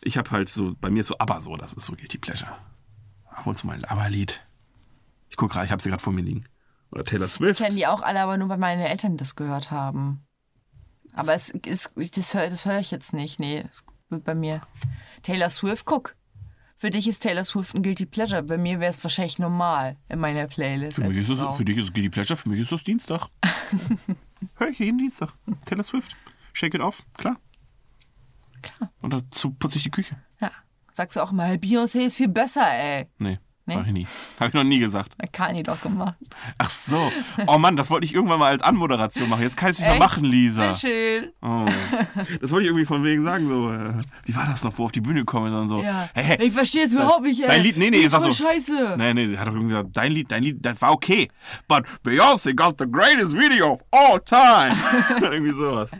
Speaker 2: Ich habe halt so, bei mir ist so aber so, das ist so Guilty Pleasure. Ab und zu mal ein Aber-Lied. Ich gucke gerade, ich habe sie gerade vor mir liegen. Oder Taylor
Speaker 1: Ich
Speaker 2: Swift.
Speaker 1: kenne die auch alle, aber nur weil meine Eltern das gehört haben. Aber es ist, das höre das hör ich jetzt nicht. Nee, es wird bei mir. Taylor Swift, guck. Für dich ist Taylor Swift ein Guilty Pleasure. Bei mir wäre es wahrscheinlich normal in meiner Playlist.
Speaker 2: Für,
Speaker 1: als
Speaker 2: mich ist
Speaker 1: Frau.
Speaker 2: es, für dich ist es Guilty Pleasure, für mich ist es Dienstag. Hör ich jeden Dienstag. Taylor Swift. Shake it off, klar.
Speaker 1: Klar.
Speaker 2: Und dazu putze ich die Küche.
Speaker 1: Ja. Sagst du auch mal, Beyoncé ist viel besser, ey.
Speaker 2: Nee,
Speaker 1: Nee?
Speaker 2: sag ich nie. Habe ich noch nie gesagt.
Speaker 1: Hat Kani doch gemacht.
Speaker 2: Ach so. Oh Mann, das wollte ich irgendwann mal als Anmoderation machen. Jetzt kann ich es nicht mehr
Speaker 1: Echt?
Speaker 2: machen, Lisa.
Speaker 1: Schön.
Speaker 2: Oh. Das wollte ich irgendwie von wegen sagen. So, äh, wie war das noch, wo auf die Bühne gekommen ist und so.
Speaker 1: Ja.
Speaker 2: Hey, hey,
Speaker 1: Ich verstehe es überhaupt nicht, ey.
Speaker 2: Dein Lied, nee, nee,
Speaker 1: Die
Speaker 2: ich
Speaker 1: ist
Speaker 2: sag so.
Speaker 1: voll scheiße.
Speaker 2: Nee, nee, der hat doch irgendwie gesagt, dein Lied, dein Lied, das war okay. But Beyoncé got the greatest video of all time. irgendwie sowas.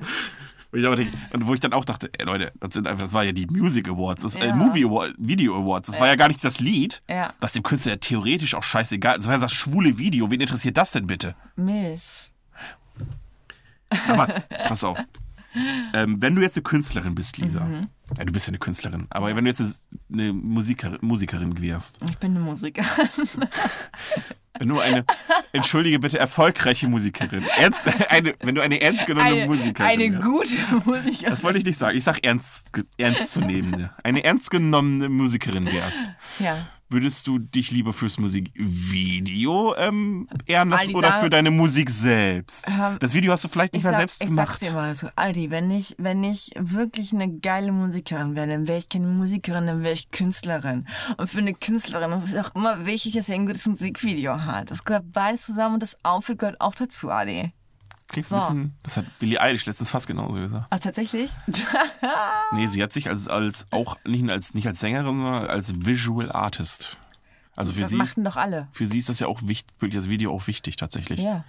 Speaker 2: Und, ich aber denk, und wo ich dann auch dachte, ey Leute, das sind einfach, das war ja die Music Awards, das, äh,
Speaker 1: Ja.
Speaker 2: Movie Award, Video Awards, das war ja gar nicht das Lied,
Speaker 1: Ja.
Speaker 2: was dem Künstler ja theoretisch auch scheißegal ist. Das war ja das schwule Video, wen interessiert das denn bitte?
Speaker 1: Mist.
Speaker 2: Aber pass auf. Ähm, wenn du jetzt eine Künstlerin bist, Lisa.
Speaker 1: Mhm.
Speaker 2: Ja, du bist ja eine Künstlerin. Aber wenn du jetzt eine- eine Musiker, Musikerin wärst.
Speaker 1: Ich bin eine Musiker.
Speaker 2: Wenn du eine, entschuldige bitte, erfolgreiche Musikerin. Ernst, eine, wenn du eine ernst genommene
Speaker 1: Eine,
Speaker 2: Musikerin
Speaker 1: eine
Speaker 2: wärst.
Speaker 1: gute Musikerin.
Speaker 2: Das wollte ich nicht sagen. Ich sag ernst, ernstzunehmende. Eine ernst genommene Musikerin wärst.
Speaker 1: Ja.
Speaker 2: Würdest du dich lieber fürs Musikvideo ähm, ehren lassen
Speaker 1: Alisa-
Speaker 2: oder für deine Musik selbst?
Speaker 1: Ähm,
Speaker 2: das Video hast du vielleicht nicht
Speaker 1: Ich,
Speaker 2: mehr
Speaker 1: sag,
Speaker 2: selbst
Speaker 1: ich
Speaker 2: gemacht.
Speaker 1: sag's dir mal so, Aldi, wenn ich, wenn ich wirklich eine geile Musikerin wäre, dann wäre ich keine Musikerin, dann wäre ich Künstlerin. Und für eine Künstlerin ist es auch immer wichtig, dass sie ein gutes Musikvideo hat. Das gehört beides zusammen und das Outfit gehört auch dazu, Adi.
Speaker 2: Klingt
Speaker 1: So.
Speaker 2: ein bisschen, das hat Billie Eilish letztens fast genauso gesagt.
Speaker 1: Ach, tatsächlich?
Speaker 2: Nee, sie hat sich als, als auch nicht als, nicht als Sängerin, sondern als Visual Artist. Also für
Speaker 1: Das
Speaker 2: sie, ist,
Speaker 1: machen doch alle.
Speaker 2: für sie ist das ja auch wichtig, wirklich das Video auch wichtig tatsächlich.
Speaker 1: Ja.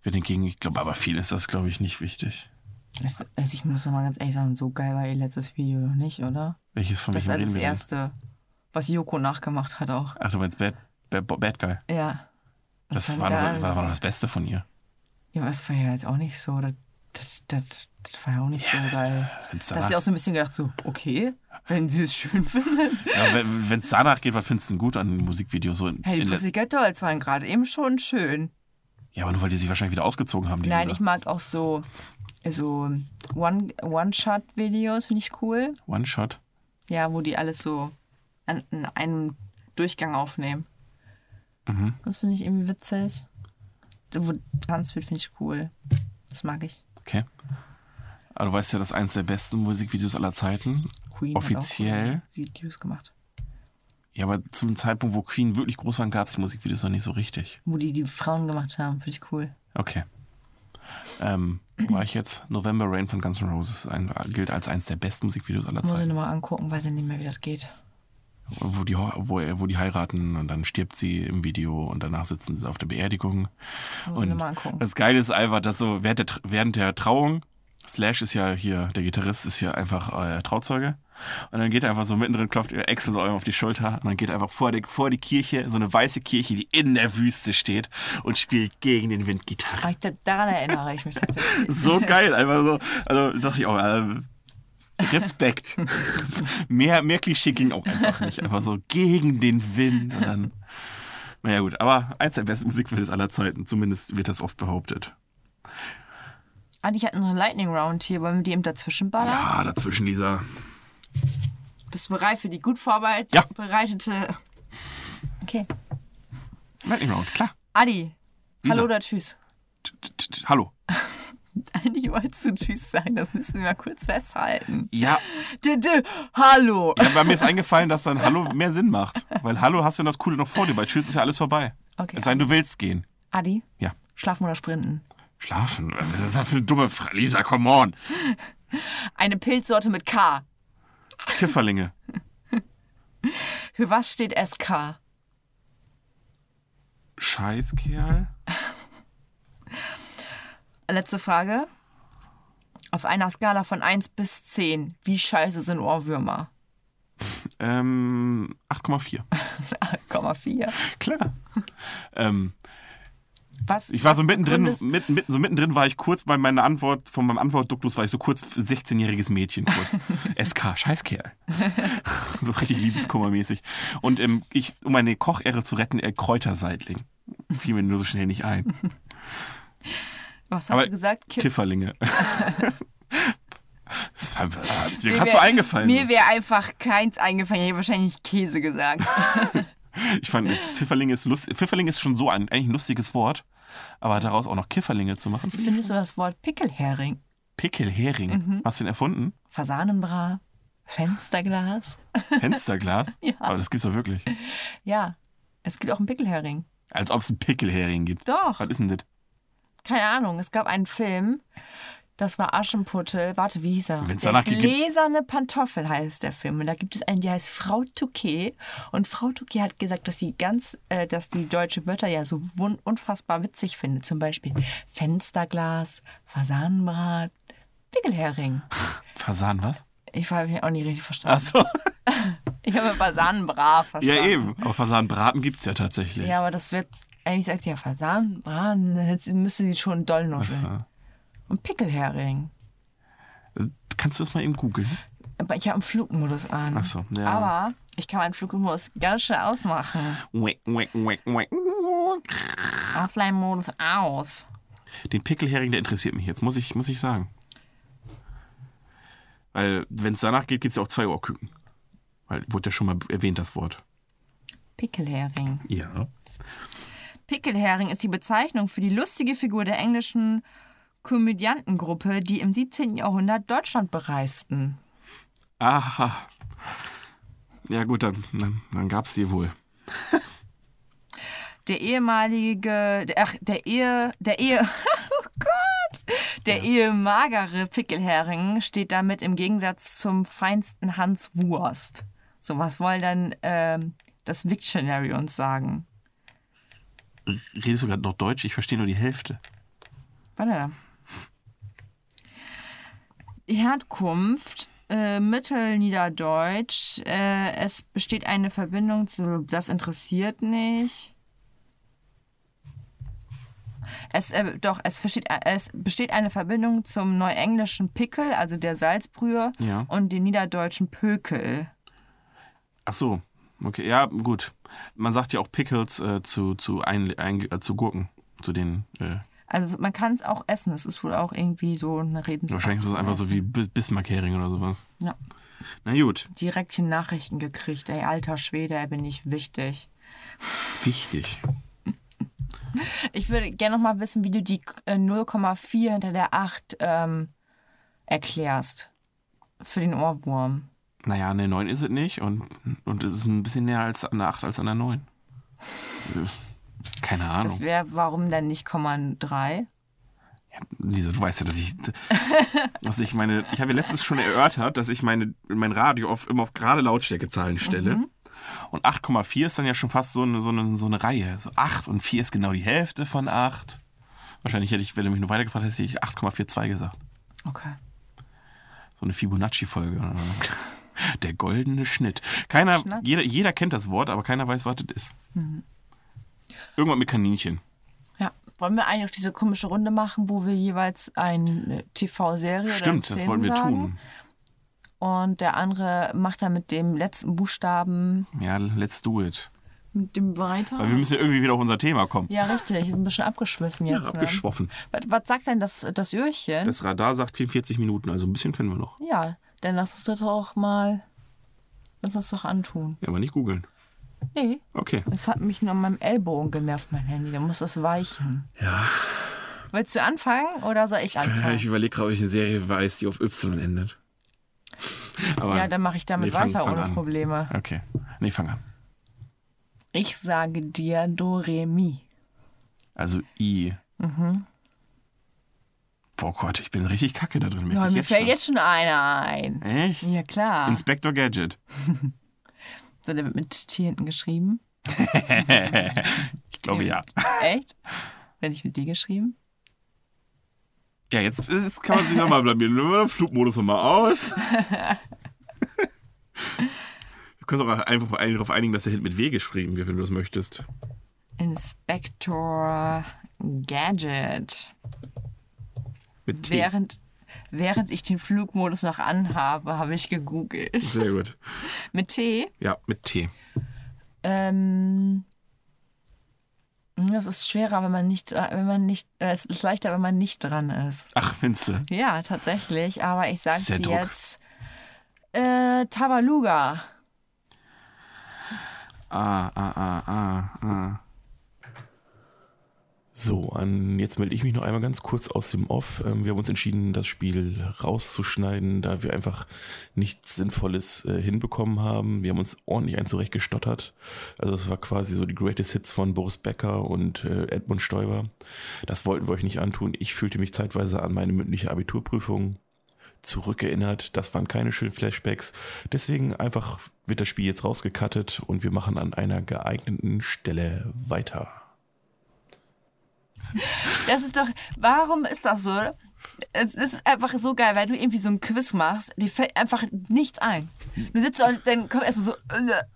Speaker 2: Für den Gegend, ich glaube, aber viel ist das, glaube ich, nicht wichtig.
Speaker 1: Das- Also ich muss doch mal ganz ehrlich sagen, so geil war ihr letztes Video noch nicht, oder?
Speaker 2: Welches von
Speaker 1: Das
Speaker 2: welchem
Speaker 1: war
Speaker 2: reden
Speaker 1: das
Speaker 2: wir denn?
Speaker 1: erste, was Joko nachgemacht hat auch.
Speaker 2: Ach, du meinst Bad, Bad, Bad Guy.
Speaker 1: Ja.
Speaker 2: Das,
Speaker 1: war
Speaker 2: war,
Speaker 1: geil.
Speaker 2: noch, war, war noch das Beste von ihr.
Speaker 1: Ja, aber es war ja jetzt auch nicht so. Das, das, das, das war ja auch nicht so geil.
Speaker 2: Wenn's
Speaker 1: Da hast du
Speaker 2: danach,
Speaker 1: auch so ein bisschen gedacht, so, okay, wenn sie es schön finden.
Speaker 2: ja, wenn wenn's danach geht, was findest du denn gut an einem Musikvideo? So in,
Speaker 1: Hey, die
Speaker 2: in,
Speaker 1: Pussycat Dolls waren gerade eben schon schön.
Speaker 2: ja, aber nur weil die sich wahrscheinlich wieder ausgezogen haben. Die
Speaker 1: Nein, ich
Speaker 2: Lieder.
Speaker 1: mag auch so, so One- One-Shot-Videos, finde ich cool.
Speaker 2: One Shot.
Speaker 1: Ja, wo die alles so an, in einem Durchgang aufnehmen.
Speaker 2: Mhm.
Speaker 1: Das finde ich irgendwie witzig. Wo Tanz wird, finde ich cool. Das mag ich.
Speaker 2: Okay. Aber du weißt ja, das ist eines der besten Musikvideos aller Zeiten.
Speaker 1: Queen Hat
Speaker 2: Offiziell?
Speaker 1: auch coole Videos gemacht.
Speaker 2: Ja, aber zum Zeitpunkt, wo Queen wirklich groß waren, gab es die Musikvideos noch nicht so richtig.
Speaker 1: Wo die die Frauen gemacht haben, finde ich cool.
Speaker 2: Okay. Ähm, wo war ich jetzt? November Rain von Guns N' Roses ein, gilt als eins der besten Musikvideos aller
Speaker 1: Muss ich
Speaker 2: Zeiten.
Speaker 1: nochmal angucken, weiß ich nicht mehr, wie das geht.
Speaker 2: Wo die, ho- wo, wo die heiraten und dann stirbt sie im Video und danach sitzen sie auf der Beerdigung.
Speaker 1: Muss ich
Speaker 2: Und
Speaker 1: nochmal angucken.
Speaker 2: das Geile ist einfach, dass so während der, Tra- während der Trauung, Slash ist ja hier, der Gitarrist ist hier einfach äh, Trauzeuge. Und dann geht er einfach so mittendrin, klopft ihr Axel so einem auf die Schulter und dann geht er einfach vor, der, vor die Kirche, so eine weiße Kirche, die in der Wüste steht und spielt gegen den Wind Gitarre.
Speaker 1: Ah, ich, daran erinnere ich mich tatsächlich.
Speaker 2: So geil, einfach so. Also dachte ich auch, äh, Respekt. mehr, mehr Klischee ging auch einfach nicht. Einfach so gegen den Wind. Und dann, naja gut, aber eins der besten Musikvideos aller Zeiten. Zumindest wird das oft behauptet.
Speaker 1: Eigentlich hatten wir einen Lightning Round hier. Wollen wir die eben dazwischen ballern?
Speaker 2: Ja, dazwischen, Lisa.
Speaker 1: Bist du bereit für die gut vorbereitete?
Speaker 2: Ja.
Speaker 1: bereitete- Okay.
Speaker 2: Lightning Round, klar.
Speaker 1: Adi, hallo
Speaker 2: Lisa.
Speaker 1: oder tschüss?
Speaker 2: T- t- t- Hallo.
Speaker 1: Eigentlich wolltest du tschüss sagen, das müssen wir mal kurz festhalten.
Speaker 2: Ja,
Speaker 1: D -d hallo.
Speaker 2: ja, weil mir ist eingefallen, dass dann Hallo mehr Sinn macht. Weil Hallo hast du das Coole noch vor dir. Bei Tschüss ist ja alles vorbei.
Speaker 1: Okay.
Speaker 2: Es sei denn, du willst gehen.
Speaker 1: Adi,
Speaker 2: Ja.
Speaker 1: schlafen oder sprinten?
Speaker 2: Schlafen. Was ist das für eine dumme Frage? Lisa, come on.
Speaker 1: Eine Pilzsorte mit K.
Speaker 2: Kifferlinge.
Speaker 1: Für was steht SK?
Speaker 2: Scheißkerl.
Speaker 1: Letzte Frage. Auf einer Skala von 1 bis 10, wie scheiße sind Ohrwürmer?
Speaker 2: Ähm, 8,4.
Speaker 1: 8,4.
Speaker 2: Klar. ähm,
Speaker 1: Was?
Speaker 2: ich war so mittendrin,
Speaker 1: Gründest-
Speaker 2: mitten, mitten, so mittendrin war ich kurz bei meiner Antwort, von meinem Antwortduktus war ich so kurz 16-jähriges Mädchen kurz. SK, Scheißkerl. so richtig liebeskummermäßig. Und ähm, ich, um meine Kochehre zu retten, äh, Kräuterseitling. Fiel mir nur so schnell nicht ein.
Speaker 1: Was hast
Speaker 2: Aber
Speaker 1: du gesagt? Kiff-
Speaker 2: Kifferlinge. das war, das ist mir
Speaker 1: Mir
Speaker 2: gerade
Speaker 1: wär-
Speaker 2: so eingefallen.
Speaker 1: Mir wäre einfach keins eingefallen. Ich hätte wahrscheinlich Käse gesagt.
Speaker 2: Ich fand, es- Pfifferlinge ist lustig. Pfifferlinge ist schon so ein, eigentlich ein lustiges Wort. Aber daraus auch noch Kifferlinge zu machen.
Speaker 1: Findest du das Wort Pickelhering?
Speaker 2: Pickelhering.
Speaker 1: Mhm.
Speaker 2: Hast du den erfunden?
Speaker 1: Fasanenbra? Fensterglas?
Speaker 2: Fensterglas? Aber das gibt's doch wirklich.
Speaker 1: Ja, es gibt auch einen Pickelhering.
Speaker 2: Als ob es einen Pickelhering gibt.
Speaker 1: Doch.
Speaker 2: Was ist denn das?
Speaker 1: Keine Ahnung, es gab einen Film, das war Aschenputtel. Warte, wie hieß er?
Speaker 2: Wenn's
Speaker 1: der
Speaker 2: danach gegeben-
Speaker 1: gläserne Pantoffel heißt der Film. Und da gibt es einen, der heißt Frau Touquet. Und Frau Touquet hat gesagt, dass sie ganz, äh, dass die deutsche Wörter ja so wun- unfassbar witzig findet. Zum Beispiel Fensterglas, Fasanenbrat, Pickelhering.
Speaker 2: Fasan was?
Speaker 1: Ich habe mich auch nie richtig verstanden.
Speaker 2: Achso.
Speaker 1: Ich habe Fasanenbrat verstanden.
Speaker 2: Ja, eben. Aber Fasanbraten gibt's ja tatsächlich.
Speaker 1: Ja, aber das wird, eigentlich sagt sie ja Fasanenbrat, jetzt müsste sie schon doll nuscheln.
Speaker 2: Ja.
Speaker 1: Und Pickelhering.
Speaker 2: Kannst du das mal eben googeln?
Speaker 1: Aber ich habe einen Flugmodus an.
Speaker 2: Ach so, ja.
Speaker 1: Aber ich kann meinen Flugmodus ganz schnell ausmachen.
Speaker 2: Weck, weck, weck, weck.
Speaker 1: Offline-Modus aus.
Speaker 2: Den Pickelhering, der interessiert mich jetzt, muss ich, muss ich sagen. Weil, wenn es danach geht, gibt's ja auch zwei Ohrküken. Weil, wurde ja schon mal erwähnt, das Wort.
Speaker 1: Pickelhering.
Speaker 2: Ja.
Speaker 1: Pickelhering ist die Bezeichnung für die lustige Figur der englischen Komödiantengruppe, die im 17. Jahrhundert Deutschland bereisten.
Speaker 2: Aha. Ja, gut, dann, dann, dann gab's die wohl.
Speaker 1: Der ehemalige, ach, der Ehe, der Ehe, oh Gott, der ehemagere Pickelhering steht damit im Gegensatz zum feinsten Hans Wurst. So, was wollen dann ähm, das Victionary uns sagen?
Speaker 2: Redest du gerade noch Deutsch? Ich verstehe nur die Hälfte.
Speaker 1: Warte. Die Herkunft, äh, Mittelniederdeutsch. Äh, es besteht eine Verbindung zu. Das interessiert nicht. Es, äh, doch, es, versteht, es besteht eine Verbindung zum neuenglischen Pickel, also der Salzbrühe,
Speaker 2: Ja.
Speaker 1: und dem niederdeutschen Pökel.
Speaker 2: Ach so. Okay, ja, gut. Man sagt ja auch Pickles äh, zu, zu, ein, ein, äh, zu Gurken. Zu den. Äh,
Speaker 1: Also man kann es auch essen. Es ist wohl auch irgendwie so eine Redensart.
Speaker 2: wahrscheinlich ist es einfach so wie Bi- Bismarck-Hering oder sowas.
Speaker 1: Ja.
Speaker 2: Na gut.
Speaker 1: Direkt hier Nachrichten gekriegt. Ey, alter Schwede, ey, bin ich wichtig.
Speaker 2: Wichtig.
Speaker 1: Ich würde gerne noch mal wissen, wie du die äh, 0,4 hinter der 8 ähm, erklärst. Für den Ohrwurm.
Speaker 2: Naja, an der 9 ist es nicht und, und es ist ein bisschen näher als an der 8 als an der 9. Äh, Keine
Speaker 1: Das
Speaker 2: Ahnung.
Speaker 1: wäre, warum denn nicht 0,3?
Speaker 2: Lisa, du weißt ja, dass ich. Dass ich meine. Ich habe ja letztens schon erörtert, dass ich meine, mein Radio auf, immer auf gerade Lautstärkezahlen stelle. Und 8,4 ist dann ja schon fast so eine, so eine, so eine Reihe. So 8 und 4 ist genau die Hälfte von 8. Wahrscheinlich hätte ich, wenn du mich nur weitergefragt hättest, hätte ich 8,42 gesagt.
Speaker 1: Okay.
Speaker 2: So eine Fibonacci-Folge. oder so. Der goldene Schnitt. Keiner,
Speaker 1: Schnatz.
Speaker 2: jeder, jeder kennt das Wort, aber keiner weiß, was das ist. Irgendwann mit Kaninchen.
Speaker 1: Ja. Wollen wir eigentlich auch diese komische Runde machen, wo wir jeweils eine TV-Serie oder einen
Speaker 2: Stimmt, das
Speaker 1: Film
Speaker 2: wollten wir
Speaker 1: sagen?
Speaker 2: tun.
Speaker 1: Und der andere macht dann mit dem letzten Buchstaben
Speaker 2: Ja, let's do it.
Speaker 1: mit dem weiter.
Speaker 2: Weil wir müssen ja irgendwie wieder auf unser Thema kommen.
Speaker 1: Ja, richtig. Ist ein bisschen abgeschwiffen jetzt.
Speaker 2: Abgeschwoffen.
Speaker 1: Ne? Was, was sagt denn das, das Öhrchen?
Speaker 2: Das Radar sagt 44 Minuten, also ein bisschen können wir noch.
Speaker 1: ja, dann lass uns das doch mal. Lass uns doch antun.
Speaker 2: Ja, aber nicht googeln.
Speaker 1: Nee.
Speaker 2: Okay.
Speaker 1: Es hat mich nur an meinem Ellbogen genervt, mein Handy. Da muss das weichen. Ja. Willst du anfangen oder soll ich anfangen?
Speaker 2: Äh, ich überlege gerade, ob ich eine Serie weiß, die auf Y endet. Aber
Speaker 1: ja, dann mache ich damit
Speaker 2: Nee, fang-
Speaker 1: weiter
Speaker 2: fang
Speaker 1: ohne
Speaker 2: an.
Speaker 1: Probleme.
Speaker 2: Okay. Nee, fang an.
Speaker 1: Ich sage dir Do Re Mi.
Speaker 2: Also I. Mhm. Boah Gott, ich bin richtig kacke da drin. merk
Speaker 1: Ja,
Speaker 2: ich
Speaker 1: Oh, mir
Speaker 2: jetzt
Speaker 1: fällt
Speaker 2: schon.
Speaker 1: jetzt schon einer ein.
Speaker 2: Echt?
Speaker 1: Ja, klar.
Speaker 2: Inspector Gadget.
Speaker 1: so, der wird mit T hinten geschrieben.
Speaker 2: Ich glaube Oh, ja.
Speaker 1: Echt? Werde ich mit D geschrieben?
Speaker 2: Ja, jetzt, jetzt kann man sich nochmal blamieren. Nehmen wir den Flugmodus nochmal aus. Wir können uns auch einfach ein- darauf einigen, dass er hinten mit W geschrieben wird, wenn du das möchtest.
Speaker 1: Inspector Gadget.
Speaker 2: Mit T.
Speaker 1: Während, während ich den Flugmodus noch anhabe, habe ich gegoogelt.
Speaker 2: Sehr gut.
Speaker 1: Mit T.
Speaker 2: Ja, mit T.
Speaker 1: Ähm, das ist schwerer, wenn man nicht, wenn man nicht, äh, es ist leichter, wenn man nicht dran ist.
Speaker 2: Ach, Finste.
Speaker 1: Ja, tatsächlich. Aber ich sag
Speaker 2: Ist der
Speaker 1: dir
Speaker 2: Druck.
Speaker 1: jetzt äh, Tabaluga.
Speaker 2: Ah, ah, ah, ah, ah. So, an, jetzt melde ich mich noch einmal ganz kurz aus dem Off. Ähm, wir haben uns entschieden, das Spiel rauszuschneiden, da wir einfach nichts Sinnvolles äh, hinbekommen haben. Wir haben uns ordentlich ein zurechtgestottert. Also es war quasi so die Greatest Hits von Boris Becker und äh, Edmund Stoiber. Das wollten wir euch nicht antun. Ich fühlte mich zeitweise an meine mündliche Abiturprüfung zurückerinnert. Das waren keine schönen Flashbacks. Deswegen einfach wird das Spiel jetzt rausgekattet und wir machen an einer geeigneten Stelle weiter.
Speaker 1: Das ist doch, warum ist das so? Es ist einfach so geil, weil du irgendwie so ein Quiz machst, dir fällt einfach nichts ein. Du sitzt da und dann kommt erstmal so,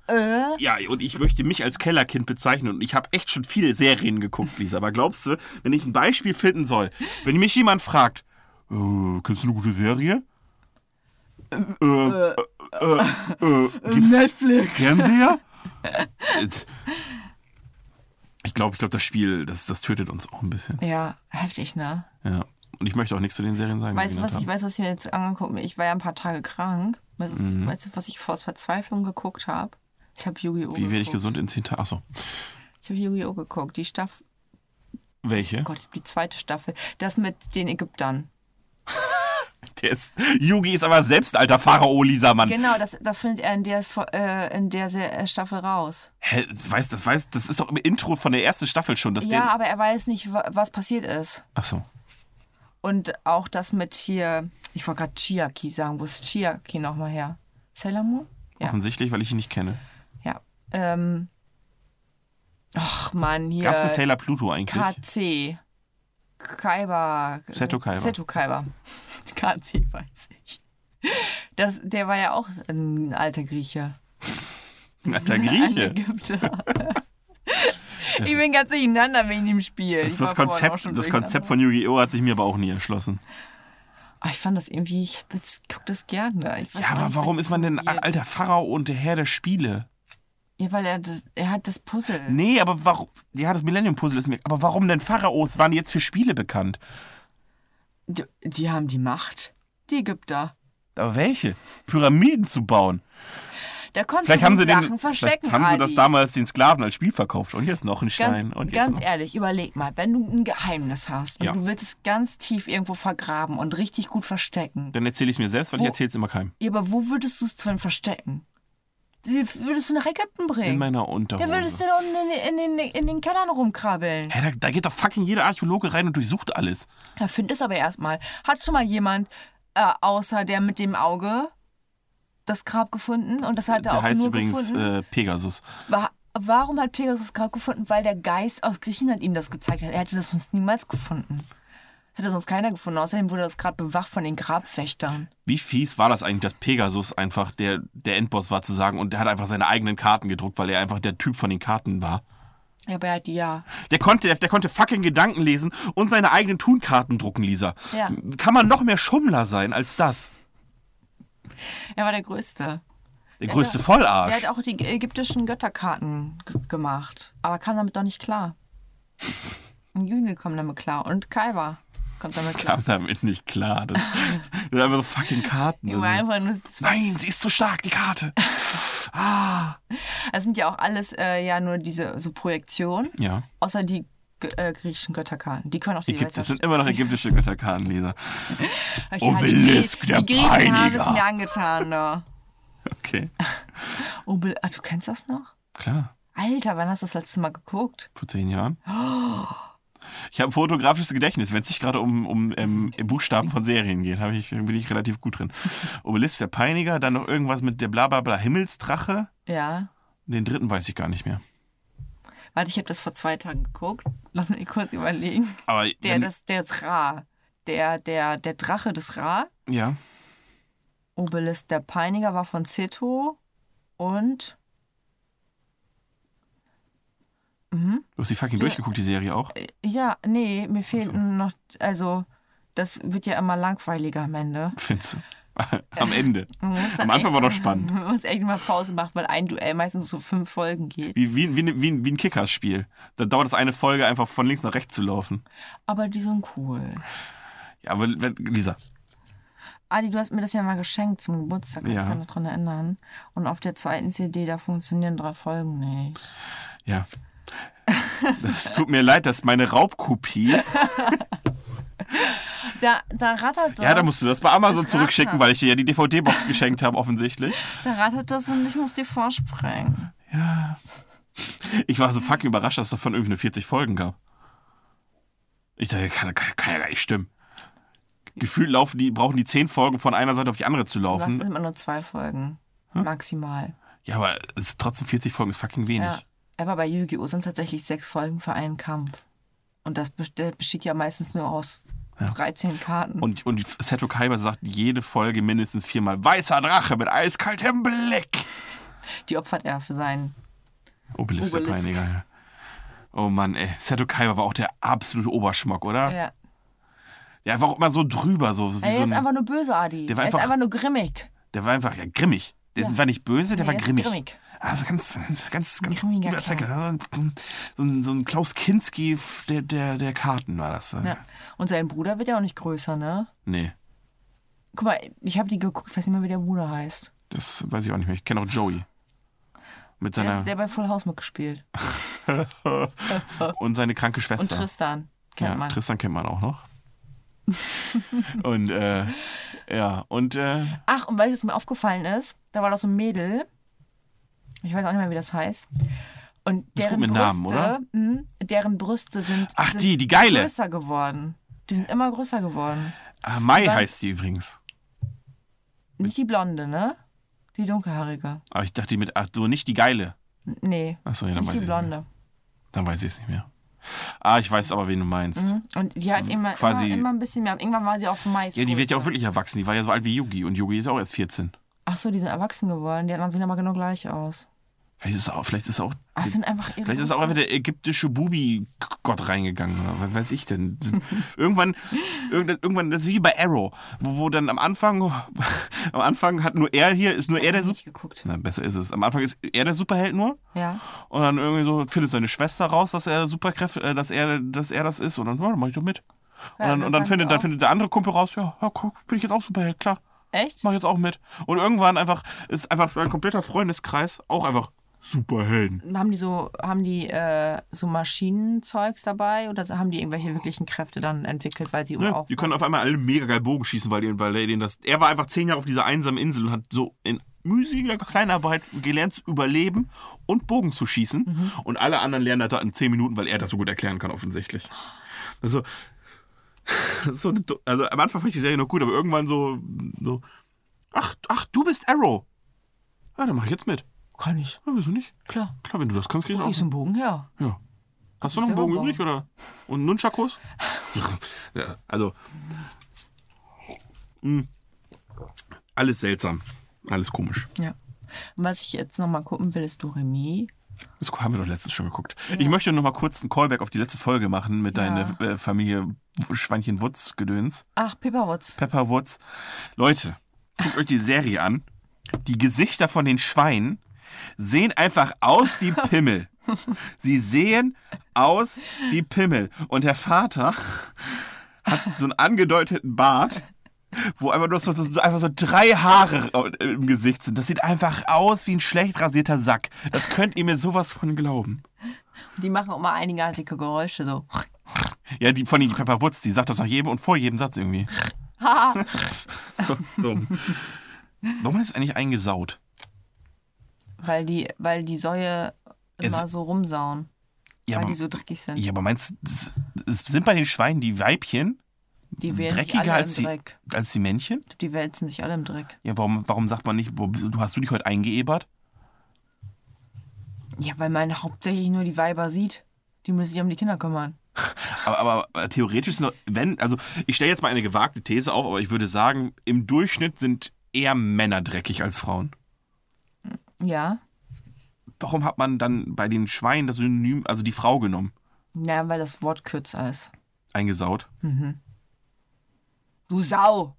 Speaker 1: äh, äh.
Speaker 2: Ja, und ich möchte mich als Kellerkind bezeichnen und ich habe echt schon viele Serien geguckt, Lisa. Aber glaubst du, wenn ich ein Beispiel finden soll, wenn mich jemand fragt, äh, kennst du eine gute Serie? Äh, äh, äh, äh, gibt's
Speaker 1: Netflix.
Speaker 2: Fernseher? Ich glaube, ich glaube, das Spiel, das, das tötet uns auch ein bisschen.
Speaker 1: Ja, heftig, ne?
Speaker 2: Ja. Und ich möchte auch nichts zu den Serien sagen. die
Speaker 1: Weißt du,
Speaker 2: wir
Speaker 1: was ich,
Speaker 2: genannt
Speaker 1: weißt, du, was ich mir jetzt angeguckt habe? Ich war ja ein paar Tage krank. Weißt du,
Speaker 2: Mhm.
Speaker 1: weißt du, was ich vor Verzweiflung geguckt habe? Ich habe Yu-Gi-Oh!
Speaker 2: haben. Wie werde ich
Speaker 1: geguckt.
Speaker 2: gesund in 10 Tagen? Achso.
Speaker 1: Ich habe Yu-Gi-Oh! geguckt. Die Staffel,
Speaker 2: Welche?
Speaker 1: Oh Gott, die zweite Staffel. Das mit den Ägyptern.
Speaker 2: Der ist, Yugi ist aber selbst ein alter Pharao, Lisa, Mann.
Speaker 1: Genau, das, das findet er in der, Fo- äh, in der Se- äh, Staffel raus.
Speaker 2: Hä, weiß, das weiß, das ist doch im Intro von der ersten Staffel schon, dass
Speaker 1: ja,
Speaker 2: der.
Speaker 1: aber er weiß nicht, wa- was passiert ist.
Speaker 2: Achso.
Speaker 1: Und auch das mit hier, ich wollte gerade Chiaki sagen. Wo ist Chiaki nochmal her? Sailor Moon? Ja.
Speaker 2: Offensichtlich, weil ich ihn nicht kenne.
Speaker 1: Ja. Ähm. Och, Mann, hier.
Speaker 2: Gab's einen Sailor Pluto eigentlich?
Speaker 1: KC. Kaiba.
Speaker 2: Seto Kaiba.
Speaker 1: Seto Kaiba. KC weiß ich. Das, der war ja auch ein alter Grieche.
Speaker 2: Alter
Speaker 1: Ein
Speaker 2: Grieche.
Speaker 1: Ägypter. ich bin ganz durcheinander wegen dem Spiel.
Speaker 2: Das,
Speaker 1: Ich
Speaker 2: ist
Speaker 1: war
Speaker 2: das,
Speaker 1: vorhin auch
Speaker 2: Konzept,
Speaker 1: schon
Speaker 2: das
Speaker 1: durcheinander.
Speaker 2: Konzept von Yu-Gi-Oh! hat sich mir aber auch nie erschlossen.
Speaker 1: Ah, ich fand das irgendwie, ich, hab das- ich guck das gerne. Ich weiß
Speaker 2: Ja,
Speaker 1: gar
Speaker 2: aber
Speaker 1: nicht,
Speaker 2: warum
Speaker 1: was
Speaker 2: ist man denn
Speaker 1: funktioniert.
Speaker 2: alter Pharao und der Herr der Spiele?
Speaker 1: Ja, weil er, das- er hat das Puzzle.
Speaker 2: Nee, aber warum. Ja, das Millennium-Puzzle ist mir. Aber warum denn Pharaos waren jetzt für Spiele bekannt?
Speaker 1: Die, die haben die Macht. Die Ägypter.
Speaker 2: Aber welche? Pyramiden zu bauen.
Speaker 1: Da konntest
Speaker 2: Vielleicht
Speaker 1: du
Speaker 2: haben
Speaker 1: die
Speaker 2: sie
Speaker 1: Sachen
Speaker 2: den,
Speaker 1: verstecken.
Speaker 2: vielleicht haben sie
Speaker 1: Adi.
Speaker 2: das damals den Sklaven als Spiel verkauft und jetzt noch einen Stein
Speaker 1: Ganz,
Speaker 2: und jetzt
Speaker 1: ganz
Speaker 2: noch.
Speaker 1: ehrlich, überleg mal, wenn du ein Geheimnis hast und
Speaker 2: Ja.
Speaker 1: du willst es ganz tief irgendwo vergraben und richtig gut verstecken,
Speaker 2: Dann erzähle ich es mir selbst, weil
Speaker 1: Wo-
Speaker 2: ich erzähle es immer keinem.
Speaker 1: ja, aber wo würdest du es denn verstecken? Die würdest du nach Ägypten
Speaker 2: In
Speaker 1: bringen?
Speaker 2: meiner
Speaker 1: da würdest du
Speaker 2: Unterhose.
Speaker 1: da unten in, den- in, den, in den Kellern rumkrabbeln.
Speaker 2: Hä, da, da geht doch fucking jeder Archäologe rein und durchsucht alles.
Speaker 1: Da findest aber erstmal. Hat schon mal jemand, äh, außer der mit dem Auge, das Grab gefunden? Und das hat er
Speaker 2: Der
Speaker 1: auch
Speaker 2: heißt
Speaker 1: nur
Speaker 2: übrigens
Speaker 1: gefunden.
Speaker 2: äh, Pegasus.
Speaker 1: Wa- Warum hat Pegasus das Grab gefunden? Weil der Geist aus Griechenland ihm das gezeigt hat. Er hätte das sonst niemals gefunden. Hätte sonst keiner gefunden. Außerdem wurde das Grab bewacht von den Grabwächtern.
Speaker 2: Wie fies war das eigentlich, dass Pegasus einfach der, der Endboss war zu sagen und der hat einfach seine eigenen Karten gedruckt, weil er einfach der Typ von den Karten war.
Speaker 1: Ja, aber er hat die ja.
Speaker 2: Der konnte, der, konnte fucking Gedanken lesen und seine eigenen Tunkarten drucken, Lisa.
Speaker 1: Ja.
Speaker 2: Kann man noch mehr Schummler sein als das?
Speaker 1: Er war der Größte.
Speaker 2: Der größte
Speaker 1: Er
Speaker 2: Vollarsch.
Speaker 1: hat auch die ägyptischen Götterkarten g- gemacht, aber kam damit doch nicht klar. Und Jüngel kommt damit klar und Kaiwa kommt damit klar.
Speaker 2: Kam damit nicht klar. Das, das sind einfach so fucking Karten.
Speaker 1: Die waren
Speaker 2: Das sind,
Speaker 1: einfach nur
Speaker 2: nein, sie ist zu stark, die Karte. Ah.
Speaker 1: Es sind ja auch alles äh, ja nur diese so Projektionen,
Speaker 2: Ja.
Speaker 1: außer die g- äh, griechischen Götterkarten. Die können auch die
Speaker 2: Ägypter sind immer noch ägyptische Götterkarten, Lisa.
Speaker 1: Hab ich-
Speaker 2: Obelisk,
Speaker 1: die,
Speaker 2: der
Speaker 1: die Griechen haben es
Speaker 2: Peiniger.
Speaker 1: mir angetan, ne. da.
Speaker 2: Okay.
Speaker 1: Obel, ah, du kennst das noch?
Speaker 2: Klar.
Speaker 1: Alter, wann hast du das letzte Mal geguckt?
Speaker 2: Vor zehn Jahren. Ich habe ein fotografisches Gedächtnis. Wenn es nicht gerade um, um ähm, Buchstaben von Serien geht, hab ich, bin ich relativ gut drin. Obelisk, der Peiniger, dann noch irgendwas mit der blablabla Himmelsdrache.
Speaker 1: Ja.
Speaker 2: Den dritten weiß ich gar nicht mehr.
Speaker 1: Warte, ich habe das vor zwei Tagen geguckt. Lass mich kurz überlegen.
Speaker 2: Aber
Speaker 1: Der,
Speaker 2: wenn-
Speaker 1: das, der ist Ra. Der, der, der Drache des Ra.
Speaker 2: ja,
Speaker 1: Obelisk der Peiniger war von Ceto und
Speaker 2: du hast die fucking durchgeguckt, die Serie auch.
Speaker 1: äh, ja, nee, mir fehlten noch, also das wird ja immer langweiliger am Ende.
Speaker 2: Findest du? Am Ende.
Speaker 1: Man muss dann
Speaker 2: Am Anfang
Speaker 1: echt-
Speaker 2: war doch spannend.
Speaker 1: Man muss echt mal Pause machen, weil ein Duell meistens so fünf Folgen geht.
Speaker 2: Wie, wie, wie, wie, wie ein Kickers-Spiel. Da dauert es eine Folge, einfach von links nach rechts zu laufen.
Speaker 1: Aber die sind cool.
Speaker 2: Ja, aber wenn- Lisa,
Speaker 1: Adi, du hast mir das ja mal geschenkt zum Geburtstag, kann
Speaker 2: Ja.
Speaker 1: ich mich noch dran erinnern. Und auf der zweiten CD, da funktionieren drei Folgen nicht.
Speaker 2: ja. Es tut mir leid, dass meine Raubkopie.
Speaker 1: Da, da rattert das.
Speaker 2: Ja, da musst du das bei Amazon
Speaker 1: Das
Speaker 2: zurückschicken,
Speaker 1: Raster.
Speaker 2: weil ich dir ja die DVD-Box geschenkt habe, offensichtlich.
Speaker 1: Da rattert das und ich muss dir vorsprengen.
Speaker 2: Ich war so fucking überrascht, dass es davon irgendwie nur 40 Folgen gab. Ich dachte, kann, kann, kann ja gar nicht stimmen. Gefühlt laufen die, brauchen die 10 Folgen von einer Seite auf Hm? die andere zu
Speaker 1: Du hast
Speaker 2: laufen.
Speaker 1: immer nur zwei Folgen. Maximal.
Speaker 2: Ja, aber es ist trotzdem 40 Folgen ist fucking wenig.
Speaker 1: Ja. Aber bei Yu-Gi-Oh! sind tatsächlich sechs Folgen für einen Kampf. Und das best- der besteht ja meistens nur aus 13 Karten.
Speaker 2: Und, und Seto Kaiba sagt jede Folge mindestens viermal weißer Drache mit eiskaltem Blick.
Speaker 1: die opfert er für seinen.
Speaker 2: Obelisk, der
Speaker 1: Obelisk.
Speaker 2: Peiniger, ja. Oh Mann, ey. Seto Kaiba war auch der absolute Oberschmock, oder? Ja.
Speaker 1: Ja.
Speaker 2: Der war auch immer so drüber, so, so wie
Speaker 1: Er
Speaker 2: so
Speaker 1: ist
Speaker 2: ein,
Speaker 1: einfach nur böse, Adi.
Speaker 2: Der war
Speaker 1: er ist
Speaker 2: einfach-
Speaker 1: einfach nur grimmig.
Speaker 2: Der war einfach ja grimmig. Der
Speaker 1: Ja.
Speaker 2: war nicht böse, der
Speaker 1: Nee,
Speaker 2: war
Speaker 1: er ist
Speaker 2: grimmig.
Speaker 1: grimmig.
Speaker 2: Also ganz, ganz, ganz, ganz
Speaker 1: grimmiger
Speaker 2: guter
Speaker 1: Kerl.
Speaker 2: Zeiger. So ein, so ein Klaus Kinski f- der, der, der Karten war das.
Speaker 1: Ja.
Speaker 2: Ja.
Speaker 1: Und sein Bruder wird ja auch nicht größer, ne?
Speaker 2: Nee,
Speaker 1: Guck mal, ich habe die geguckt, ich weiß nicht mehr, wie der Bruder heißt.
Speaker 2: das weiß ich auch nicht mehr. Ich kenne auch Joey. Mit
Speaker 1: Der,
Speaker 2: seiner
Speaker 1: der hat bei Full House mitgespielt.
Speaker 2: und seine kranke Schwester.
Speaker 1: Und Tristan. Kennt
Speaker 2: ja,
Speaker 1: man.
Speaker 2: Tristan kennt man auch noch. und äh, ja, und äh,
Speaker 1: Ach, und weißt du, was mir aufgefallen ist? Da war doch so ein Mädel. Ich weiß auch nicht mehr, wie das heißt. Und
Speaker 2: ist gut
Speaker 1: deren
Speaker 2: mit
Speaker 1: Brüste,
Speaker 2: Namen, oder?
Speaker 1: Mh, deren Brüste sind,
Speaker 2: Ach,
Speaker 1: sind
Speaker 2: die, die Geile.
Speaker 1: größer geworden. Die sind immer größer geworden.
Speaker 2: ah, Mai
Speaker 1: Was?
Speaker 2: heißt die übrigens.
Speaker 1: Nicht die blonde, ne? Die dunkelhaarige.
Speaker 2: Aber ich dachte die mit, ach so, nicht die Geile.
Speaker 1: N- Nee,
Speaker 2: Achso, ja, dann
Speaker 1: nicht
Speaker 2: weiß
Speaker 1: die
Speaker 2: ich Nicht mehr.
Speaker 1: blonde.
Speaker 2: Dann weiß ich es nicht mehr. Ah, ich weiß aber, wen du meinst.
Speaker 1: Mhm. Und die hat
Speaker 2: So
Speaker 1: immer,
Speaker 2: quasi-
Speaker 1: immer, immer ein bisschen mehr. Irgendwann war sie auf Mais.
Speaker 2: Ja, die wird ja auch wirklich erwachsen. Die war ja so alt wie Yugi und Yugi ist auch erst 14.
Speaker 1: Ach so, die sind erwachsen geworden. Die anderen sehen aber genau gleich aus.
Speaker 2: Vielleicht ist er auch, vielleicht ist er auch,
Speaker 1: Ach, das sind einfach ihre
Speaker 2: vielleicht ist er auch
Speaker 1: Brüste.
Speaker 2: einfach der ägyptische Bubi-Gott reingegangen. Oder was weiß ich denn? Irgendwann, irgendwann, irgendwann, das ist wie bei Arrow, wo, wo dann am Anfang, am Anfang hat nur er hier, ist nur er der Super.
Speaker 1: nicht geguckt.
Speaker 2: Na, besser ist es. Am Anfang ist er der Superheld nur
Speaker 1: Ja.
Speaker 2: und dann irgendwie so findet seine Schwester raus, dass er Superkräfte, äh, dass er, dass er das ist und dann, ja, dann mach ich doch mit. Und
Speaker 1: Ja,
Speaker 2: dann,
Speaker 1: dann
Speaker 2: und dann
Speaker 1: fand's
Speaker 2: findet, dann
Speaker 1: auch.
Speaker 2: findet der andere Kumpel raus, ja, ja, guck, bin ich jetzt auch Superheld, klar.
Speaker 1: Echt?
Speaker 2: mach ich jetzt auch mit. Und irgendwann einfach ist einfach so ein kompletter Freundeskreis auch einfach Superhelden.
Speaker 1: Haben die so, haben die äh, so Maschinenzeugs dabei oder so- haben die irgendwelche wirklichen Kräfte dann entwickelt, weil sie
Speaker 2: Ne?
Speaker 1: auch.
Speaker 2: Die können auf einmal alle mega geil Bogen schießen, weil, die, weil er denen das. Er war einfach zehn Jahre auf dieser einsamen Insel und hat so in müßiger Kleinarbeit gelernt zu überleben und Bogen zu schießen.
Speaker 1: Mhm.
Speaker 2: Und alle anderen lernen das in zehn Minuten, weil er das so gut erklären kann, offensichtlich. Also, das ist so eine, du- also am Anfang fand ich die Serie noch gut, aber irgendwann so. so ach, ach, du bist Arrow. Ja, dann mach ich jetzt mit.
Speaker 1: Kann ich,
Speaker 2: Ja, wieso nicht?
Speaker 1: klar.
Speaker 2: Klar, wenn du das kannst, krieg ich
Speaker 1: Wo
Speaker 2: auch.
Speaker 1: ist ein Bogen her?
Speaker 2: Ja. Hast du
Speaker 1: ist
Speaker 2: noch einen
Speaker 1: der
Speaker 2: Bogen
Speaker 1: Horror.
Speaker 2: übrig oder? Und einen Nunchakos? ja, also. mm. Alles seltsam. Alles komisch.
Speaker 1: Ja. Und was ich jetzt nochmal gucken will, ist Doremi.
Speaker 2: Das haben wir doch letztens schon geguckt. Ich möchte noch mal kurz einen Callback auf die letzte Folge machen mit deiner äh, Familie Schweinchen Wutz Gedöns.
Speaker 1: Ach, Pepperwoods.
Speaker 2: Pepper Woods. Leute, guckt euch die Serie an. Die Gesichter von den Schweinen sehen einfach aus wie Pimmel. Sie sehen aus wie Pimmel. Und der Vater hat so einen angedeuteten Bart, wo einfach nur so, so, so- einfach so drei Haare im Gesicht sind. Das sieht einfach aus wie ein schlecht rasierter Sack. Das könnt ihr mir sowas von glauben.
Speaker 1: Die machen auch mal einigartige Geräusche so.
Speaker 2: Ja, die von die Pepper Woods, die sagt das nach jedem und vor jedem Satz irgendwie. so dumm. Warum heißt es eigentlich eingesaut?
Speaker 1: Weil die, weil die Säue immer
Speaker 2: Es-
Speaker 1: so rumsauen.
Speaker 2: Ja,
Speaker 1: weil
Speaker 2: aber,
Speaker 1: die so dreckig sind.
Speaker 2: ja, aber meinst du, es- es sind bei den Schweinen die Weibchen
Speaker 1: die werden sich alle
Speaker 2: dreckiger
Speaker 1: im
Speaker 2: als die,
Speaker 1: Dreck.
Speaker 2: als die Männchen?
Speaker 1: Die wälzen sich alle im Dreck.
Speaker 2: Ja, warum, warum sagt man nicht, boah, bist du hast du dich heute eingeebert?
Speaker 1: Ja, weil man hauptsächlich nur die Weiber sieht. Die müssen sich um die Kinder kümmern.
Speaker 2: Aber, aber äh, theoretisch, sind doch- wenn, also ich stelle jetzt mal eine gewagte These auf, aber ich würde sagen, im Durchschnitt sind eher Männer dreckig als Frauen.
Speaker 1: Ja.
Speaker 2: Warum hat man dann bei den Schweinen das Synonym, also die Frau genommen?
Speaker 1: Ja, weil das Wort kürzer ist.
Speaker 2: Eingesaut?
Speaker 1: Du Sau!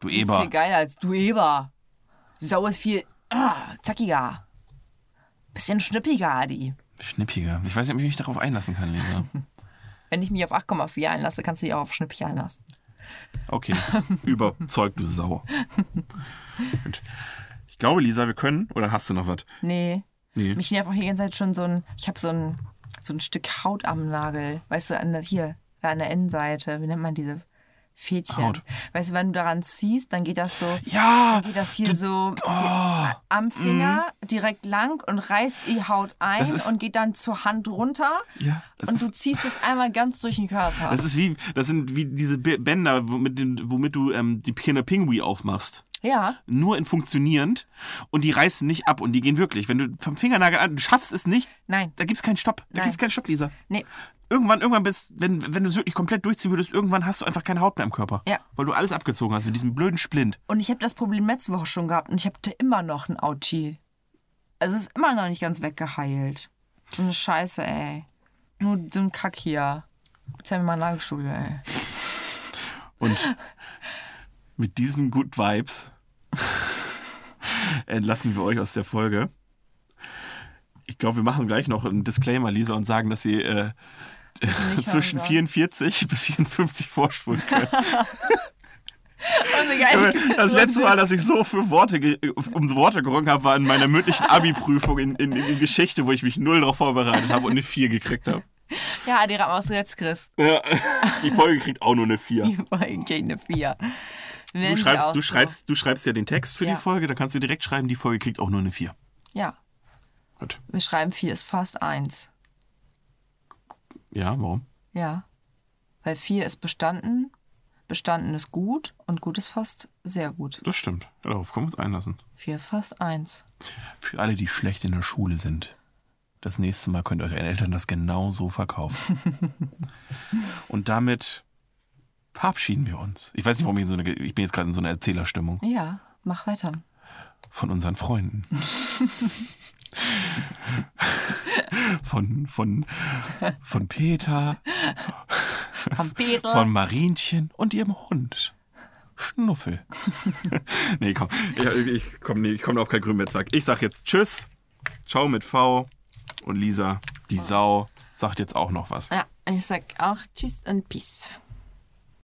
Speaker 2: Du
Speaker 1: Ist
Speaker 2: Eber.
Speaker 1: viel geiler als du Eber. Sau ist viel ah, zackiger. Bisschen schnippiger, Adi.
Speaker 2: Schnippiger. Ich weiß nicht, ob ich mich darauf einlassen kann, Lisa.
Speaker 1: Wenn ich mich auf 8,4 einlasse, kannst du dich auch auf schnippig einlassen.
Speaker 2: Okay. Überzeugt, du Sau. Gut. Ich glaube, Lisa, wir können. Oder hast du noch was?
Speaker 1: Nee.
Speaker 2: Nee.
Speaker 1: Mich nervt auch die ganze Zeit schon so ein. Ich habe so ein, so ein Stück Haut am Nagel. Weißt du, an der, hier, da an der Innenseite. Wie nennt man diese Fädchen?
Speaker 2: Haut.
Speaker 1: Weißt du, wenn du daran ziehst, dann geht das so.
Speaker 2: Ja!
Speaker 1: Geht das hier so
Speaker 2: Oh.
Speaker 1: die, am Finger direkt lang und reißt die Haut ein
Speaker 2: Mhm. Das ist-
Speaker 1: und geht dann zur Hand runter.
Speaker 2: Ja, das
Speaker 1: und du
Speaker 2: ist-
Speaker 1: ziehst es einmal ganz durch den Körper.
Speaker 2: Das ist wie, das sind wie diese B- Bänder, womit, den- womit du ähm, die Kinder Pingui aufmachst.
Speaker 1: ja.
Speaker 2: Nur in funktionierend und die reißen nicht ab und die gehen wirklich. Wenn du vom Fingernagel an, du schaffst es nicht,
Speaker 1: Nein.
Speaker 2: da gibt's keinen Stopp. Da
Speaker 1: Nein.
Speaker 2: gibt's keinen Stopp, Lisa.
Speaker 1: Nee.
Speaker 2: Irgendwann, irgendwann bist, wenn, wenn du es wirklich komplett durchziehen würdest, irgendwann hast du einfach keine Haut mehr im Körper.
Speaker 1: Ja.
Speaker 2: Weil du alles abgezogen hast mit diesem blöden Splint.
Speaker 1: Und ich habe das Problem letzte Woche schon gehabt und ich habe immer noch ein Ouchie. Also es ist immer noch nicht ganz weggeheilt. So eine Scheiße, ey. Nur so ein Kack hier. Zeig mir mal eine Nagelstudio, ey.
Speaker 2: Und mit diesen Good Vibes entlassen wir euch aus der Folge. Ich glaube, wir machen gleich noch einen Disclaimer, Lisa, und sagen, dass sie äh,
Speaker 1: nicht
Speaker 2: zwischen
Speaker 1: hören sollen.
Speaker 2: 44 bis 54 vorspulen können.
Speaker 1: Also geil.
Speaker 2: Das letzte Mal, dass ich so für Worte ge- ums Worte gerungen habe, war in meiner mündlichen Abi-Prüfung in, in, in Geschichte, wo ich mich null darauf vorbereitet habe und eine 4 gekriegt habe.
Speaker 1: Ja, die Rappen aus jetzt, Chris.
Speaker 2: Ja, die Folge kriegt auch nur eine 4.
Speaker 1: Die wollen gegen eine 4.
Speaker 2: Du schreibst, du, schreibst, du schreibst ja den Text für
Speaker 1: Ja.
Speaker 2: die Folge, dann kannst du direkt schreiben, die Folge kriegt auch nur eine 4.
Speaker 1: Ja,
Speaker 2: Gut.
Speaker 1: wir schreiben 4 ist fast 1.
Speaker 2: Ja, warum?
Speaker 1: Ja. Weil 4 ist bestanden, bestanden ist gut und gut ist fast sehr gut.
Speaker 2: Das stimmt. Ja, darauf können wir uns einlassen.
Speaker 1: 4 ist fast 1.
Speaker 2: Für alle, die schlecht in der Schule sind, das nächste Mal könnt ihr euren Eltern das genau so verkaufen. Und damit verabschieden wir uns. Ich weiß nicht, warum ich in so eine, ich bin jetzt gerade in so einer Erzählerstimmung
Speaker 1: Ja, mach weiter.
Speaker 2: von unseren Freunden. Von, von, von Peter,
Speaker 1: Am Betel.
Speaker 2: von Marienchen und ihrem Hund. Schnuffel. nee, komm. Ich, ich komme nee, ich komm auf kein Grünbezwerg. Ich sag jetzt Tschüss. Ciao mit V. Und Lisa, die Sau, sagt jetzt auch noch was.
Speaker 1: Ja, ich sag auch Tschüss und Peace.